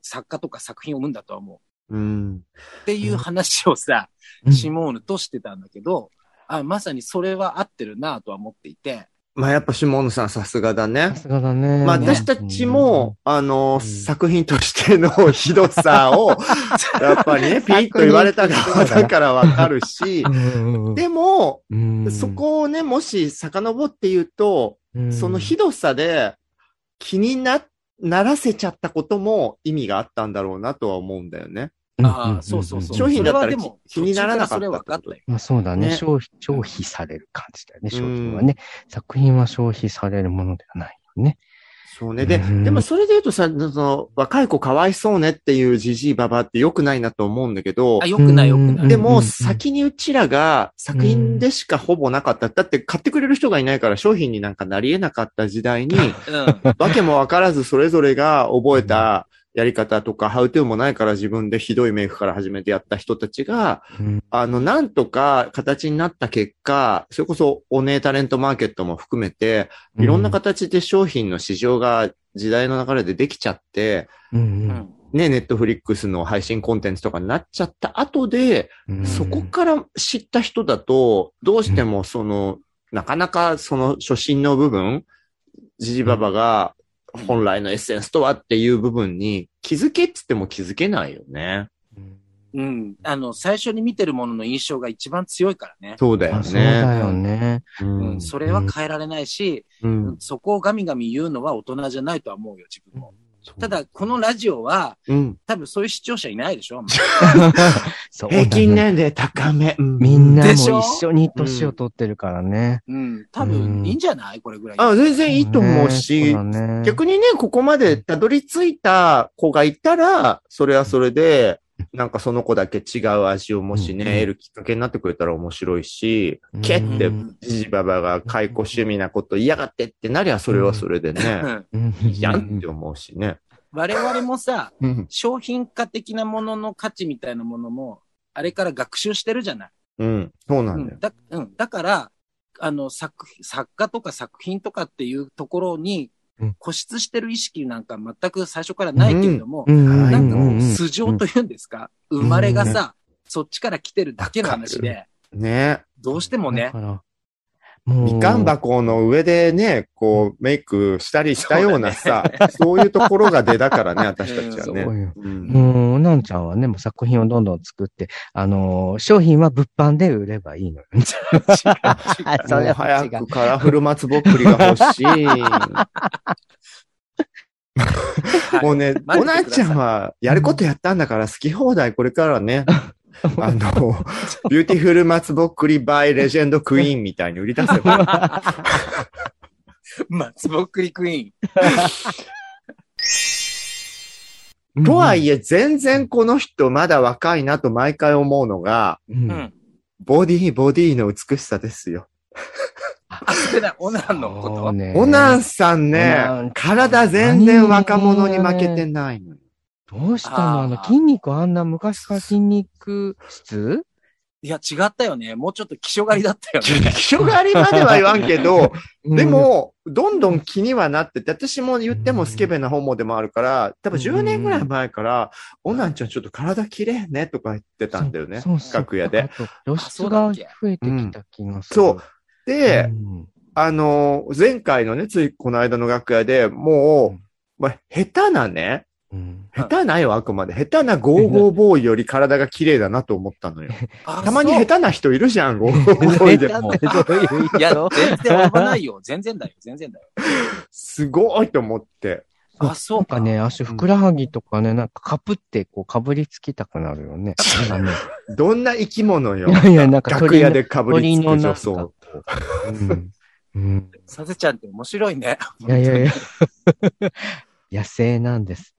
S3: 作家とか作品を生んだとは思
S1: うん。
S3: う。っていう話をさ、
S2: うん
S3: シモーヌとしてたんだけど、あまさにそれは合ってるなとは思っていて、
S1: まあやっぱ下野さんさすがだ
S2: さ
S1: ね。
S2: すがだね。
S1: まあ
S3: ね
S1: 私たちも、あの、
S2: ん
S1: 作品としてのひどさ を、やっぱりね、ピリッと言われた側だからわかるし
S2: う、ん、
S1: でも、
S2: うん
S1: そ、こをね、もし遡って言うと、
S2: うん
S1: そのひどさで気にな、ならせちゃったことも意味があったんだろうなとは思うんだよね。
S3: ああ、そうそうそう。
S1: 商品だったら
S3: それはでも
S1: 気にならなかった
S3: 途中らそれ分かったよ。
S2: まあそうだね
S1: ね
S2: 消費。消費される感じだよね、商品はね。作品は消費されるものではないよね。
S1: そうね。で、
S2: うん
S1: でもそれで言うとさ、その、若い子かわいそうねっていうじじいばばって良くないなと思うんだけど
S3: あ、、よくないよく
S2: うんうんう
S3: なんい。
S1: でも先にうちらが作品でしかほぼなかった。だって買ってくれる人がいないから商品になんかなり得なかった時代に、
S3: うん。
S1: わけもわからずそれぞれが覚えたやり方とか、ハウトゥーもないから自分でひどいメイクから始めてやった人たちが、
S2: うん
S1: あの、なんとか形になった結果、それこそおねえタレントマーケットも含めて、いろんな、形で商品の市場が時代の流れでできちゃって、
S2: うん
S3: うん
S1: ね、ネットフリックスの配信コンテンツとかになっちゃった後で、
S2: うん
S1: そこから知った人だと、どうしてもその、なかなかその初心の部分、ジジババが本来のエッセンスとはっていう部分に気づけっつっても気づけないよね。
S3: うん。あの、最初に見てるものの印象が一番強いからね。
S1: そうだよ
S2: あ
S1: ね。
S2: そうだよね。
S1: う
S3: うんん。それは変えられないし、
S1: うん
S3: そこをガミガミ言うのは大人じゃないとは思うよ、自分も。
S1: そう
S3: ただ、このラジオは、
S1: うん
S3: 多分そういう視聴者いないでしょあんま
S2: そうだね
S1: 平均年齢高め。み
S2: みんなも
S3: でしょ
S2: 一緒に年を取ってるからね。
S3: りうん。多分いいんじゃないこれぐらい。
S1: あ、全然いいと思うし、
S2: 逆
S1: 逆にね、ここまでたどり着いた子がいたら、それはそれで、なんかその子だけ違う味をもしね、
S2: うんうん
S1: 得るきっかけになってくれたら面白いし、けって
S2: うん、
S1: じじばばが解雇趣味なこと嫌がってってなりゃそれはそれでね、いいじゃんって思うしね。
S3: 我々もさ、
S1: うん。
S3: 商品化的なものの価値みたいなものも、あれから学習してるじゃない。
S1: うん。そうな
S3: うん
S1: だよ
S3: ん。。だうん、だから、あの、作、作家とか作品とかっていうところに
S2: うん、
S3: 固執してる意識なんか全く最初からないけれども、
S1: うん
S3: なんか
S1: う
S3: も
S1: ん
S3: う素性というんですか、
S2: ん
S3: 生まれがさ、そっちから来てるだけの話
S1: わ
S3: で、
S1: ね
S3: どうしても
S2: だ
S3: ね、
S2: から
S1: みかん箱の上でね、こう、メイクしたりしたようなさ、そういうところが出だからね、私たちは
S2: もう
S1: ね。
S2: そうよ
S1: うん
S2: うん、なんちゃんはね、もう作品をどんどん作って、あのー商品は物販で売ればい いのよ。そ
S1: もう
S2: れは違
S1: 早
S2: う
S1: く。カラフル松ぼっくりが欲 しい。もうね、
S3: 待
S1: お
S3: っ
S1: な
S3: てください
S1: ちゃんはやることやったんだから好き放題これから ね、あの、ビューティフル松ぼっくりバイレジェンドクイーンみたいに売り出せば。
S3: 松ぼっくりクイ
S1: とはい
S2: え、
S1: え、全然この人まだ若いなと毎回思うのが、
S2: う
S3: ー
S2: ん
S3: ン。うん。
S1: ボディ、ボディの美しさですよ。
S3: あ、それだ、オナンのこ
S2: そう
S3: と
S2: ね
S1: オナンさん
S2: オナ
S1: ね
S2: ン、
S1: 体全然若者に負けてないのよ。
S2: どうしたのあの
S3: あー
S2: 筋肉あんな昔から筋肉質
S3: いや、違ったよね。もうちょっと気象狩りだったよね。
S1: 気色がありまでは言わんけど、で、
S2: うん
S1: も、どんどん気にはなってて、私も言ってもスケベなホモでもあるから、多分10年ぐらい前から、オナンちゃんちょっと体綺麗ねとか言ってたんだよね
S2: そうそ。う
S1: 楽屋で。。
S2: あと露出が増えてきた気がする。
S1: そう。で、
S2: うん
S1: あの、前回のね、ついこの間の楽屋で
S2: う
S1: も
S2: ん
S1: う、まあ、下手なね、
S2: うん
S1: 下手ないよ、あくまで。下手なゴーゴーボーイより体が綺麗だなと思った のよ。
S3: あ
S1: たまに
S3: そう
S1: 下手な人いるじゃん、ゴーゴーボーイでも。
S2: 下手ってどういう意 味
S3: いや、全然危ないよ。全然だよ。全然だよ。
S1: すごいと思って。
S3: あ、そ
S2: な
S3: うん
S2: か
S3: か。
S2: ね、足ふくらはぎとかね、なんかかぶって、こう、かぶりつきたくなる よね。なんかね
S1: どんな生き物よ
S2: い。やいや、なんか
S1: 楽
S2: 鳥
S1: 屋
S2: の
S1: でかぶり
S2: 鳥
S1: つく
S2: のな
S1: 女
S2: んか
S1: 装
S2: こ。う。うん。 うん。
S3: させちゃんって面白いね。
S2: いやいやいや。野生なんです。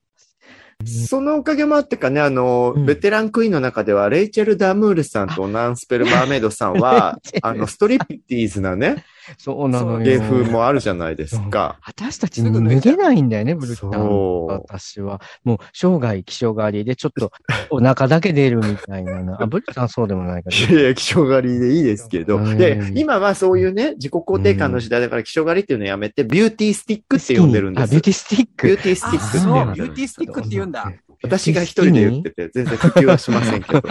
S1: そのおかげもあってかね、あの、
S2: うん
S1: ベテランクイーンの中では、レイチェル・ダムールさんとナンスペル・マーメイドさんは
S2: レイチェ、ル
S1: あの、ストリピティーズなね、
S2: そうなのよ。
S1: 芸風もあるじゃないですか。
S2: 私たち脱げないんだよね、ブルッタン
S1: そう
S2: 私は。もう、生涯気象狩りで、ちょっと、お腹だけ出るみたいなの。あ、ブルッタンそうでもな いか
S1: いやいや、気象狩りでいいですけど。
S2: うん
S1: で、今はそういうね、自己肯定感の時代だから気象狩りっていうのやめて、ビューティースティックって呼んでるんで
S2: あ、
S1: す。
S2: ビューティースティッ
S1: ビュ
S2: ク。
S1: ーティース
S3: あ
S1: ティックって呼んで
S3: そうビ
S1: る
S3: ュー
S1: んで
S3: ティースティックって言うんだ。
S1: 私が一人で言ってて、全然普及はしません けど。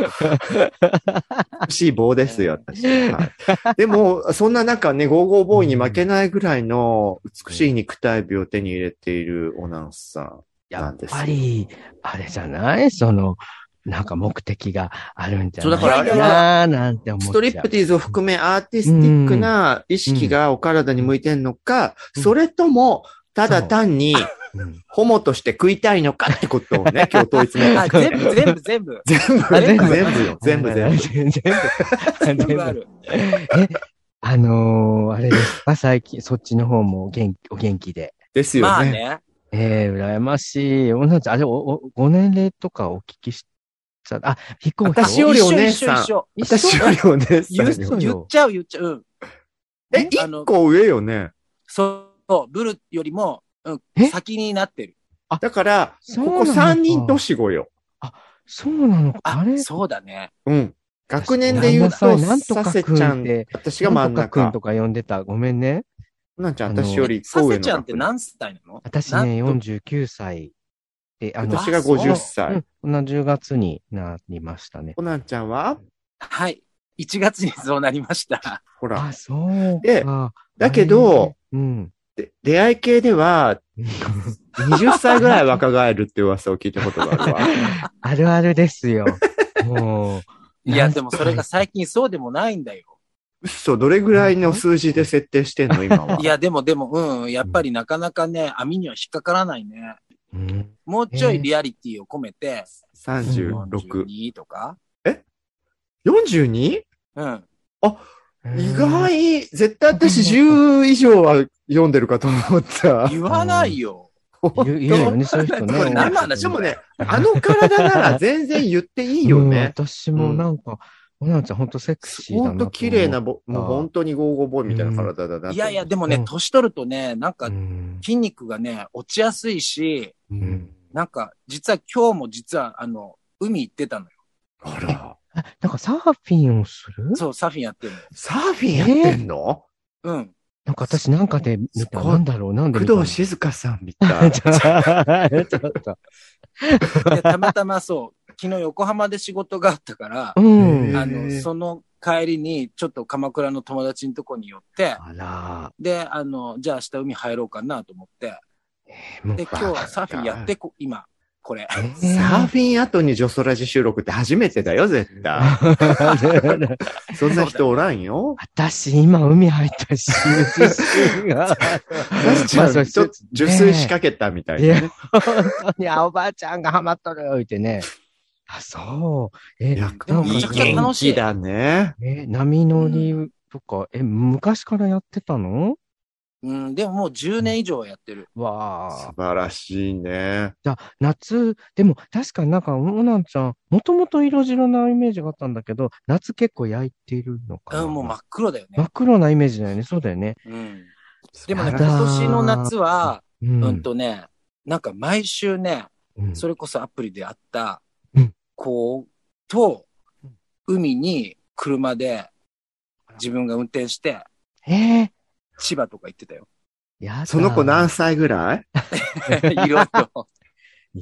S1: 欲しい棒ですよ、私。はいでも、そんな中ね、ゴーゴーボーイに負けないぐらいの美しい肉体美を手に入れているオナンさんなんです。
S2: やっぱり、あれじゃないその、なんか目的があるんじゃない
S1: そうだからあれ
S2: なーなんて思っちゃ
S1: ス
S2: う。
S1: トリップティーズを含めアーティスティックな意識がお体に向いてんのか、
S2: うん
S1: それとも、ただ単に、
S2: うん
S1: ホモとして食いたいのかってことを ね、今日問い詰めた
S3: あ、。全部、全部、全部。
S1: 全部、
S3: あれ
S1: 全部、全部よ。全部、全部。
S2: 全部。
S3: 全
S2: 全部
S3: 部ある。
S2: え、あのー、あれですか、最近、そっちの方もお元気お元気で。
S1: ですよね。
S3: まあね。
S2: ええ羨ましい。女ちゃん、あれ、お、お、ご年齢とかお聞きしちゃ、あ、非公表。
S1: 私よりお姉さん
S3: 一緒一緒一緒
S1: 私よりお姉
S3: 言
S1: さ
S3: うん
S1: よ。
S2: そう
S3: 言
S2: よ
S3: っちゃう、言っちゃう。うん。
S1: え、
S3: あ
S1: 一
S3: の
S1: 個上よね。
S3: そう、ブルよりも、うん
S2: え、
S3: 先になってる。
S1: だから、
S2: そう
S1: こ
S2: なの
S1: こ
S2: か
S1: 3人年子よ。
S2: そうなのか。あ
S3: あ
S2: れ、
S3: そうだね。
S1: うん。学年で言う
S2: ごめ
S1: と、
S2: んなさいなんと
S1: さ
S2: か
S1: せちゃ
S2: 君っ
S1: ん
S2: て、
S1: 私が真ん
S2: なんとかくん
S1: 中
S2: と。か呼んでた。ごめんね。
S1: なんちゃん、
S2: あの
S1: 私より一個
S3: さ
S1: 上
S3: せ
S1: の
S3: ちゃんって
S1: 学年。
S3: 何歳なの
S2: 私
S3: なん
S2: ね、49歳で、あの、
S1: 私が50歳。
S2: うん、同じ10月になりましたね。
S1: コナンちゃんは
S3: はい。1月にそうなりました。
S1: ほら
S2: あ、。そう
S1: で
S2: か。
S1: だけど
S2: あれね、うん。
S1: で出会い系で は、20歳ぐらい若返るって噂を聞いたことがあるわ。
S2: あるあるです よ。もう。
S3: いや、でもそれが最近そうでもないんだよ。
S1: 嘘、どれぐらいの数字で設定してんの、今は。
S3: いや、でもでも、うん、やっぱりなかなかね、網には引っかからないね。
S2: うん、
S3: もうちょいリアリティを込めて、
S1: 36。
S3: 42とか
S1: 42?
S3: うん。
S1: 意外、絶対私10以上は読んでるかと思った。
S3: 言わないよ。
S2: いるいるよね、そういう人ね。
S1: こ れ何の話でもね、あの体なら全然言っていいよ
S2: うん
S1: ね。
S2: 私もなんか、おなちゃん本当セクシーだ
S1: ほ
S2: なと思
S1: ん
S2: う。
S1: と綺麗なぼ、
S2: あー
S1: もう本当にゴーゴーボーイみたいな体だなと。
S3: いやいや、でも
S2: う
S3: ね
S2: ん、
S3: 年取るとね、なんか
S2: うん。
S3: 筋肉がね、落ちやすいし、
S1: う。
S2: うんん
S3: なんか、実は今日も実は、あの、海行ってたのよ。
S1: あら、
S2: あなんかサーフィンをする
S3: そう、サーフィンやってる
S1: サーフィンやってんの
S3: の。 うん。
S2: なんか私なんかで見
S1: す
S2: た。
S1: ごい
S2: なんだろう、なんで見た
S1: 工
S2: の
S1: 藤静香さんみたい。
S2: ちょちょっと。
S3: で、たまたまそう、昨日横浜で仕事があったから、
S2: うん。
S1: へー
S3: あの、その帰りに、ちょっと鎌倉の友達のとこに寄って、
S2: あら、
S3: で、あの、じゃあ明日海入ろうかなと思って、
S2: もう
S3: で、今日はサーフィンやってこ、今、これ。
S1: サーフィン後にジョソラジ収録って初めてだよ、絶対。 そんな人おらんよ。
S2: 私、今、海入ったし、自身 が。
S1: ちょっと受水仕掛けたみたいな。
S2: いや、本当に、あ、おばあちゃんがハマっとる言ってね。あ、そう。え、
S1: いや
S2: でも
S1: い
S2: め
S1: い
S2: ちゃくちゃ
S1: 元
S3: 楽しい
S1: 気だね。
S2: え、波乗りとか、え、昔からやってたの
S3: うん、でももう10年以上はやってる。
S2: わ
S1: 素
S2: あ。
S1: 晴らしいね。
S2: じゃあ夏、でも確かになんか、おなんちゃん、もともと色白なイメージがあったんだけど、夏結構焼いてるのか
S3: う
S2: な。
S3: ん、もう真っ黒だよ
S2: 真
S3: ね
S2: っ。黒なイメージだよね。そうだよね。
S3: うん。でもね、
S2: や
S3: 今
S2: だー
S3: 年の夏は、
S2: う
S3: うん。とね、なんか毎週ね、
S2: うん
S3: それこそアプリで会った
S2: うん
S3: 子と
S2: うん、
S3: 海に車で自分が運転して、
S2: え
S3: 千葉とか行ってた よ。
S2: ー、やだ。
S1: その子何歳ぐらい
S3: い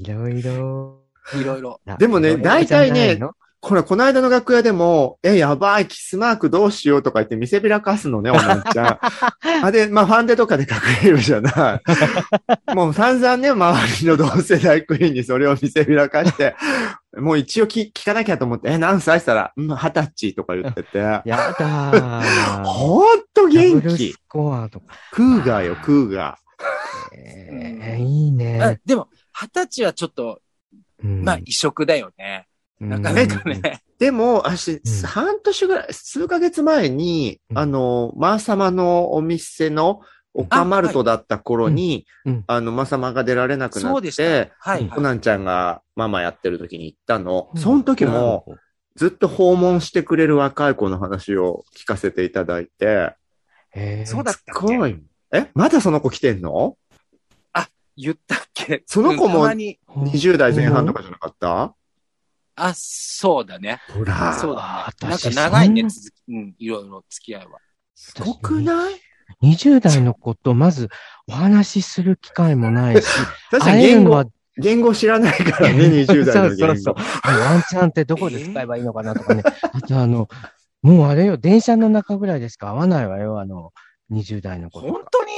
S3: ろいろ、
S2: いろいろ。
S3: いろいろ。
S1: でもね
S2: いろいろじゃな
S1: 大
S2: いの
S1: 体ね、これ、この間の楽屋でも、え、やばい、キスマークどうしようとか言って見せびらかすのね、おなんちゃん。 あ、で、まあ、ファンデとかで隠れるじゃない。 もう散々ね、周りの同世代クイーンにそれを見せびらかして、もう一応聞聞かなきゃと思って、え、何歳したら、うん、二十歳とか言ってて。
S2: やだ ー。
S1: ほんと元
S2: ダブル
S1: 気
S2: ス。コアとか。
S1: クーガーよ、クーガ
S2: えー、いいね
S3: あ。でも、二十歳はちょっと、
S2: うん
S3: まあ、異色だよね。なかなか。ね。
S1: ー。でも、私、
S2: うん
S1: 半年ぐらい、数ヶ月前に、
S2: うん
S1: あの、マー様のお店の、オカマルトだった頃に、
S2: あはいうんうん
S1: あ,、の、マー様が出られなくな
S3: そう
S1: っ、
S3: でしてた。はい、
S1: コ
S3: は
S1: ナ
S3: い。
S1: ンちゃんがママやってる時に行ったの。
S2: うん
S1: その時も、ずっと訪問してくれる若い子の話を聞かせていただいて、
S2: えー
S3: そうだったっ
S1: す
S3: け
S1: ごい。えまだその子来てんの
S3: 言ったっけ
S1: その子
S3: う
S1: も
S3: んたまに、
S1: ?20 代前半とかじゃなかった、
S3: あ、そうだね。
S1: ほら。
S3: そうだね。なん
S2: 私
S3: か長いね、
S2: そんな
S3: 続き。うん、いろいろ付き合いは。
S1: すごくない
S2: 20代の子とまずお話しする機会もないし、
S1: 確かに
S2: 会える
S1: 言
S2: の
S1: 語
S2: は、、
S1: 言語知らないから ね、20代の言語。
S2: そうそうそう。ワンチャンってどこで使えばいいのかなと かね。あとあの、もうあれよ、電車の中ぐらいでしか会わないわよ、あの、20代の子と
S3: 本
S2: か。
S3: 当に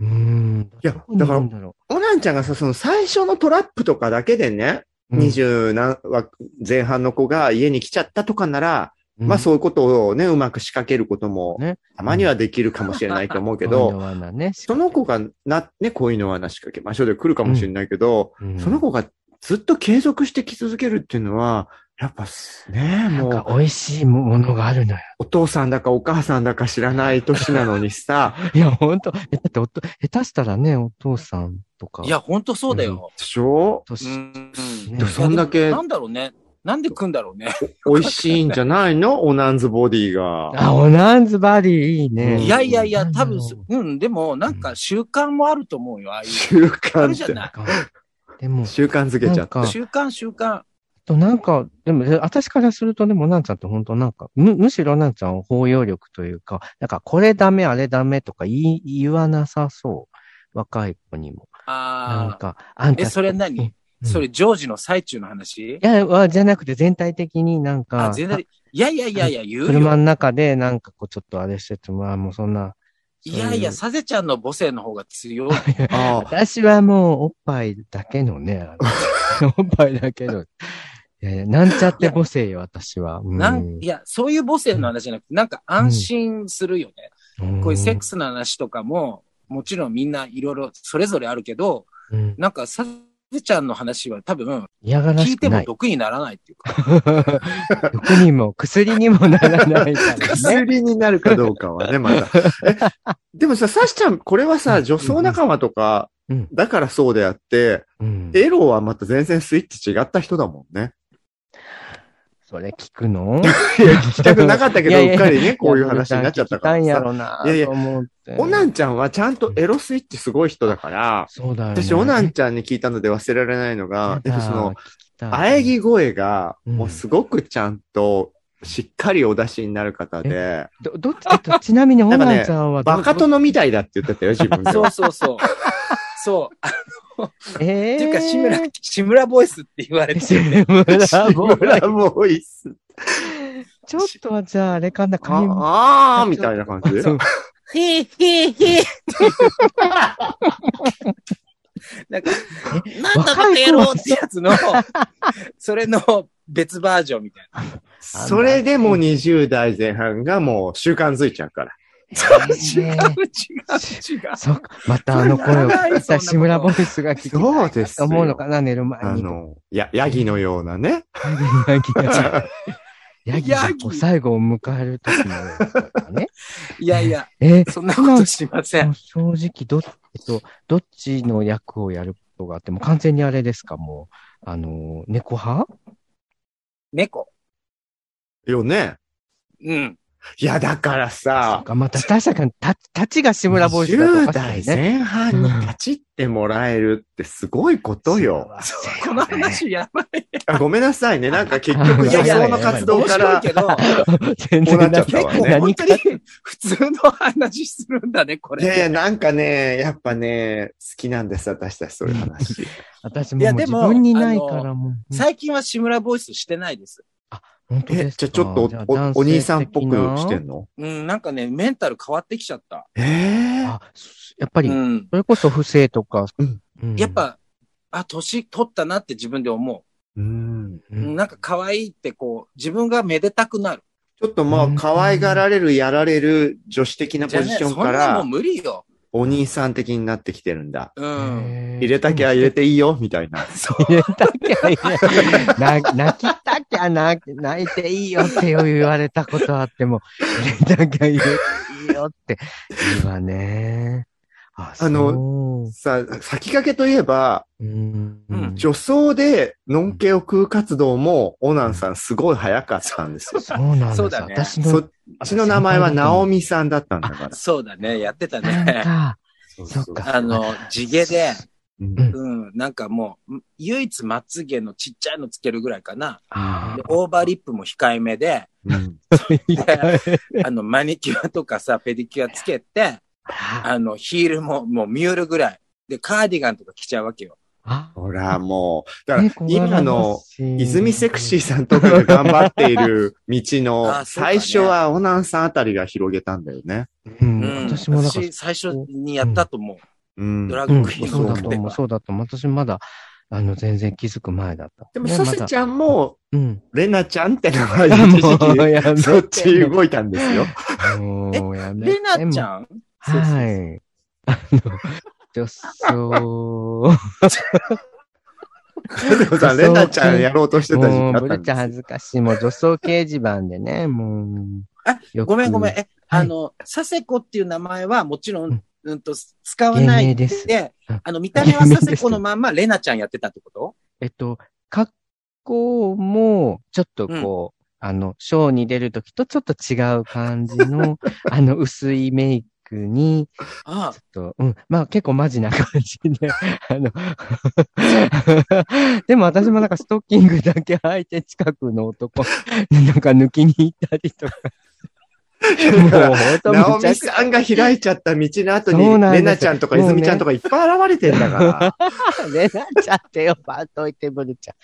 S2: うーん。
S1: いや
S2: どこにいるんだろ
S1: オナンちゃんがさ、その最初のトラップとかだけでね、
S2: う。
S1: 二十何話前半の子が家に来ちゃったとかなら、まあそういうことをね、うまく仕掛けることも、
S2: ね
S1: たまにはできるかもしれないと思う
S2: う
S1: け
S2: け
S1: ど、
S2: ど、ね、
S1: その子がな、ね、恋の罠仕掛けましょうで来るかもしれないけど、
S2: うん、
S1: その子がずっと継続して来続けるっていうのは、やっぱすね、
S2: なん
S1: もう
S2: か、美味しいものがあるのよ。
S1: お父さんだかお母さんだか知らない年なのに さ、
S2: いや、ほんと。えだっておと、下手したらね、お父さんとか。
S3: いや、、本当そうだよ。
S1: でしょ
S2: 年、
S3: うん
S2: ね
S1: でもそんだけ
S3: なんだろうね。なんで組んだろうね。
S1: 美味しいんじゃないのオナンズボディが。
S2: あ、オナンズバディいいね。
S1: うん
S3: いやいやいや、多分
S2: なんだろ、
S3: うん、でも、なんか習慣もあると思うよ、ああいう。
S1: 習
S3: あ
S1: 慣
S3: るじゃ
S1: って。
S3: な
S2: うでも、
S1: 習慣づけちゃっ
S2: な
S1: た
S2: ん。
S3: 習慣、習慣。
S2: となんか、でも、私からすると、でも、なんちゃんって本当なんか、む、むしろなんちゃんは包容力というか、なんか、これダメ、あれダメとか言い、言わなさそう。若い子にも。なん
S3: ああ。
S2: か、あんた。
S3: え、それ何
S2: うん
S3: それ、
S2: い
S3: ジョージの最中の話
S2: や、わじゃなくて全体的になんか、
S3: あ、全然。いやいやいやいや、言う
S2: 車
S3: よ。
S2: の中でなんかこうちょっとあれしてても、あもうそんな。
S3: いやいや、
S2: そ
S3: サ
S2: う
S3: ゼちゃんの母性の方が強い。
S2: いう
S1: ああ
S2: 私はもうおっぱいだけのね、あ のおっぱいだけの。いやいや、なんちゃって母性よ、私は。う
S3: なん、いや、そういう母性の話じゃなくて、なんか安心するよね。こういうセック
S2: ス、
S3: スの話とかも、もちろんみんないろいろそれぞれあるけど、
S2: うん
S3: なんかサゼちゃんの話は多分、
S2: 嫌がら
S3: 聞
S2: し
S3: いて
S2: くな
S3: も
S2: い。
S3: 毒にならないっていうか。
S2: 毒にも、薬にもならないからね。
S1: 薬になるかどうかはね、まだ。え、でもさ、サシちゃん、これはさ、女装仲間とか、
S2: うん
S1: だからそうであって、
S2: うん。
S1: エロはまた全然スイッチ違った人だもん ね。
S2: それ聞くの
S1: いや、聞きたくなかったけ
S2: い
S1: ど、
S2: やいや
S1: うっかりね、こういう話になっちゃったから
S2: いや
S1: さ。
S2: 聞きたんやろない
S1: やいや
S2: と思って。
S1: オナンちゃんはちゃんとエロスイッチすごい人だから、
S2: そうだよ、ね。
S1: 私、オナンちゃんに聞いたので忘れられないのが、やっぱその、
S2: あ
S1: 喘ぎ声が、
S2: うん
S1: もうすごくちゃんと、しっかりお出しになる方で、
S2: ど、どっち、えっと、ちなみにオナンちゃんはど、
S1: バカ殿みたいだって言ってたよ、自 分で
S3: そ
S1: は
S3: う。そうそう。そう。あ
S2: えー、
S3: っていうか、志村、志村ボイスって言われてるね。
S2: 志村 ボ
S1: ブラ
S2: ーイ
S1: ボイス。
S2: ちょっとはじゃあ、あれかな、髪も
S1: ああーみたいな感じ
S2: そう
S3: へえへえへえ。 なんか、なんだバカ野郎ってやつの、それの別バージョンみたいな。
S1: それでも20代前半がもう習慣づいちゃうから。
S3: 違う、違う、違
S2: え
S3: う。
S2: そっか、またあの声を聞いた志村ボイスが聞きたい
S1: そうですよ
S2: と思うのかな、寝る前
S1: あ
S2: に。
S1: の、や、ヤギのようなね。
S2: ヤギが、ヤギが
S3: ヤギ
S2: こう最後を迎える時のね。
S3: いやいや、
S2: え、
S3: そんなことしません。
S2: 正直、ど、えっと、どっちの役をやることがあっても、完全にあれですか、もう、あの、猫派
S3: 猫。
S1: よね。
S3: うん。
S1: いや、だから
S2: そ
S1: さ
S2: う、か、また確かに、た、たちが志村ボイスだとお
S1: 10
S2: かし
S1: 代
S2: いね。
S1: 前半に立ちってもらえるってすごいことよ。
S3: この話やばい。
S1: あごめんな さい ね。なんか結
S2: う
S1: 局、
S2: ん
S1: 野草の活動か
S3: 面白い
S1: ら。
S3: けど、
S2: 全
S1: こうなっちゃった
S2: 何
S1: わね
S2: か
S3: 本
S2: 何
S3: 当
S2: か
S3: に普通の話するんだね、こ
S1: いやい
S3: れ。
S1: や、なんかね、やっぱね、好きなんです、私たち、そういう話。
S2: 私も
S3: いや
S2: もう
S3: で
S2: 自
S3: も
S2: 分にないからもう。
S3: 最近は志村ボイスしてないです。
S2: 本当
S1: え、
S2: です
S1: じゃ
S2: か
S1: あちょっと
S2: じゃあ
S1: お
S2: 男性
S1: お、お兄さんっぽく
S2: 的な
S1: してんの
S3: うん、なんかね、メンタル変わってきちゃった。
S1: ええ
S2: あ、すやっぱ
S3: う
S2: り、
S3: ん。
S2: それこそ不正とか
S1: うん。
S2: うん
S3: やっ、ぱ、あ、年取ったなって自分で思
S1: うん。
S2: う
S3: う。
S2: ん
S3: なんか可愛いってこう、自分がめでたくなる。
S1: ちょっとまあ
S2: う、ん
S1: 可愛がられる、やられる女子的な
S3: じゃ
S1: ポ
S3: あ
S1: ジ
S3: ね、
S1: ション
S3: そんな
S1: か
S3: も
S1: ら
S3: ん、無理よ。
S1: お兄さん的になってきてるんだ。
S3: うん。
S1: 入れたきゃ入れていいよ、みた いな。
S2: 入れたきゃ入れな泣きたきゃ泣泣いていいよって言われたことあっても、入れたきゃ入れていいよっていいわね。あ、
S1: あの
S2: の、
S1: さあ、先駆けといえば、
S2: うん。
S3: うん
S1: 女装で、のんけを食う活動も、オナンさんすごい早かったんですよ。
S2: そうなんです
S3: そ
S2: よ
S3: うだね
S2: 私
S1: そ
S2: の
S1: っ、ちの名前は、ナオミさんだったんだから。
S3: そうだね、やってた
S2: なん
S3: ね。
S2: か、
S1: そ
S2: そっ か
S3: あの、地毛 で、
S1: うん
S3: うん、なんかもう、唯一まつげのちっちゃいのつけるぐらいかな。
S2: あ
S3: でオーバーリップも控えめで、
S1: うん
S2: ー
S3: あの、マニキュアとかさ、ペディキュアつけて、あの、ヒールももうミュールぐらい。で、カーディガンとか着ちゃうわけよ。
S2: あ、
S1: ほら、もう、だから
S2: 猫、柄
S1: 今の、
S2: し
S1: 泉セクシーさんとかが頑張っている道の、
S3: あそうだね
S1: 最初はオナンさんあたりが広げたんだよね。
S2: うん
S3: うん。
S2: 私もなんか、
S3: 私最初にやったと思う。
S1: うん。
S3: ドラ
S2: う
S3: ッ
S2: ん、
S3: グクイーン
S2: そうだと
S3: で
S2: 思う、
S3: は
S2: そうだと思う。私まだ、あの、全然気づく前だった。
S1: でも、
S2: ね
S1: サセちゃんも、
S2: まだうん。
S1: レナちゃんって名前で 一時 期
S2: やめて
S1: そっち動いたんです よ。
S2: もうやめて
S3: レナち
S2: ん
S3: ゃん
S2: はい。あの、女装。
S1: でもさ、レナちゃんやろうとしてた時
S2: も
S1: 期
S2: う、
S1: あ
S2: ブ
S1: った
S2: ル
S1: ん
S2: ちゃん
S1: です
S2: 恥
S1: よ。
S2: ずかしい。もう女装掲示板でね、もう。
S3: あ
S2: よく
S3: ごめんごめん。。え、
S2: はい
S3: あの、佐世子っていう名前はもちろ
S2: うん
S3: ん、うんと、使わな
S2: 芸名
S3: い
S2: です
S3: で
S2: うん、
S3: あの、見た目は佐世子のまんま、レナちゃんやってたってこと
S2: えっと、格好も、ちょっとこう、あの、ショーに出るときとちょっと違う感じの、あの、薄いメイクに、
S3: ああ
S2: ちょっと、うん。まあ結構マジな感じで、あの、でも私もなんかストッキングだけ履いて近くの男、なんか抜きに行ったりとか。もう本当
S1: ナオ
S2: むちゃ
S1: ミ
S2: くちゃ
S1: さんが開いちゃった道の後
S2: そうなん
S1: に、
S2: です
S1: レナちゃんとか泉ちゃんとかいっぱい現れてんだか
S2: ねなっちゃってよ、バーといてブルちゃん。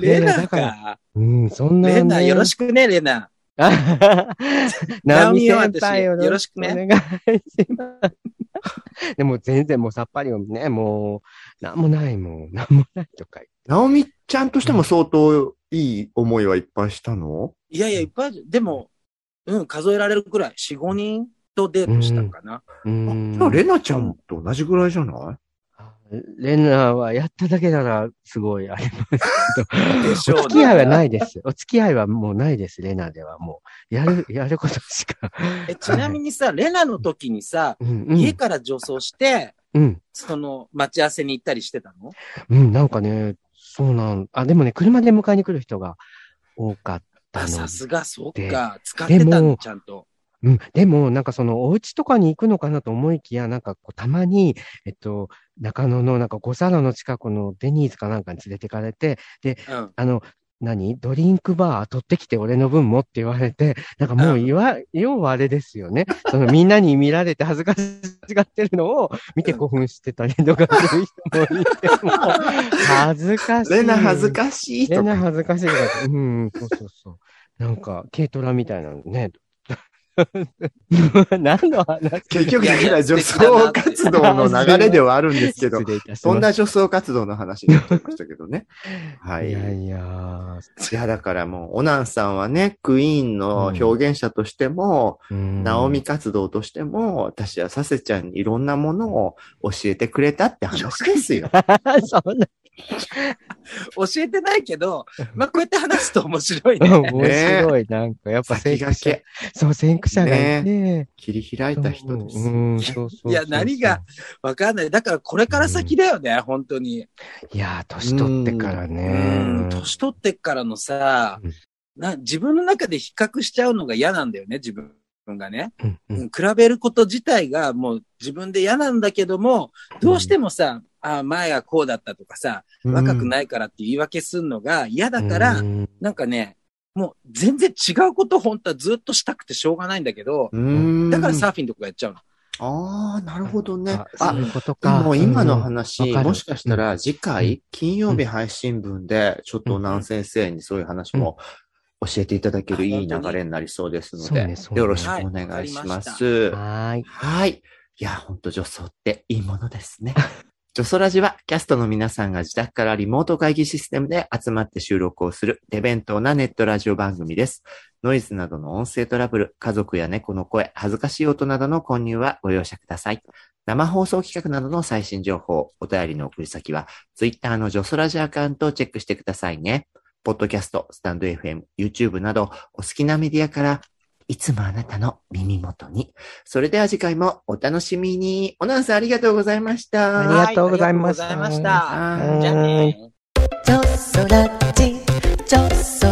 S3: レ
S2: いやいや
S3: ナ
S2: だら
S3: か。
S2: うん、そんな、ね。
S3: レナ、よろ
S2: しく。
S3: し くね、レナ。
S2: ナ
S3: ナ
S2: オ
S3: オ
S2: ミ
S3: ミ
S2: 先
S3: 先
S2: 輩
S3: 輩
S2: よ
S3: よろしくね
S2: お願いします。で も全然もうさっぱりよね、もう、なんもないもん、なんもないとか言って
S1: ら。ナオミちゃんとしても相当いい思いはいっぱいしたの
S3: いやいや、いっぱいある、でも、うん、数えられるくらい、4、5人とデートしたかな。
S2: うー
S1: あ
S2: ん
S1: じゃあ、レナちゃんと同じぐらいじゃない
S2: あレナはやっただけなら、すごいありますけど。
S3: でしょう
S2: お付き合いはないです。お付き合いはもうないです、レナではもう。やる、やることしか。
S3: えちなみにさ、レナの時にさ、
S2: うん、う
S3: 家
S2: ん。
S3: から女装して、
S2: うん。
S3: その、待ち合わせに行ったりしてたの
S2: うん、なんかね、そうなん。あ、でもね、車で迎えに来る人が多かった
S3: あ、
S2: の
S3: さすが、そっ
S2: で
S3: か。使ってた
S2: で
S3: の、
S2: も
S3: ちゃんと。
S2: うん、でも、なんかその、お家とかに行くのかなと思いきや、なんかこう、たまに、えっと、中野の、なんか、五皿の近くのデニーズかなんかに連れてかれて、
S3: うん。
S2: あの、何ドリンクバー取ってきて俺の分もって言われて、なんかもう言わ、要はあれですよね。そのみんなに見られて恥ずかしがってるのを見て興奮してたりとかする人もいて、もう恥ずかしい。
S1: レナ恥ずかしい
S2: レ
S1: と
S2: ナ
S1: か。
S2: 恥ずかしいとか言って。うん、そうそうそう。なんか、軽トラみたいなのね。 何の話
S1: 結局だから女装活動の流れではあるんですけど
S2: 失、礼いたし
S1: そん
S2: ま
S1: な
S2: し
S1: 女装活動の話になってましたけど ね。は
S2: た。
S1: い。
S2: いや
S1: い
S2: いや、
S1: や、だからもう、オナンさんはね、クイーンの表現者としても、ナオミ活動としても、私はサセちゃんにいろんなものを教えてくれたって話ですよ。
S2: うん。 そんな
S3: 教えてないけど、まあ、こうやって話すと面白いね。
S2: 面白い。なんか、やっぱ
S1: 先
S2: 先駆者
S1: 駆け、
S2: そう、先駆者がいて、
S1: 切り開いた人です。
S2: うん、そうそうそうそう
S3: いや何が。わかんない。だからこれから先だよね、本当に。
S2: いやー、年取ってから
S3: う
S2: ね。
S3: ん。年取ってっからのさ
S2: うん、
S3: な自分の中で比較しちゃうのが嫌なんだよね、自分がね。
S2: うんうん
S3: 比べること自体がもう自分で嫌なんだけども、どうしてもさ、あ前はこうだったとかさ、若くないからって言い訳すんのが嫌だから、
S2: うん
S3: なんかね、もう全然違うこと本当はずっとしたくてしょうがないんだけど、
S1: うん。
S3: だからサーフィンとかやっちゃうの。
S1: ああ、なるほどね
S2: あ。そ
S1: あ
S2: う、いうことか。
S1: もう今の
S2: うん
S1: 話、
S2: わかる
S1: もしかしたら次
S2: う
S1: 回、金曜日配信分で、ちょっと南先生にそういう話も教えていただけるいい流れになりそうですの
S2: そうね
S1: で、
S2: そうね
S1: よろしくお願いします。
S2: はーい。
S1: はい。いや、ほんと女装っていいものですね。 女装ラジはキャストの皆さんが自宅からリモート会議システムで集まって収録をする手弁当なネットラジオ番組です。ノイズなどの音声トラブル、家族や猫の声、恥ずかしい音などの混入はご容赦ください。生放送企画などの最新情報、お便りの送り先は、Twitter の女装ラジアカウントをチェックしてくださいね。ポッドキャスト、スタンド FM、YouTube など、お好きなメディアから、いつもあなたの耳元に。それでは次回もお楽しみに。おなンさんありがとうございました。
S2: ありがとうございました
S3: はいありがとうございました。
S1: はい
S3: じゃあね。
S4: ちょそらちちょそ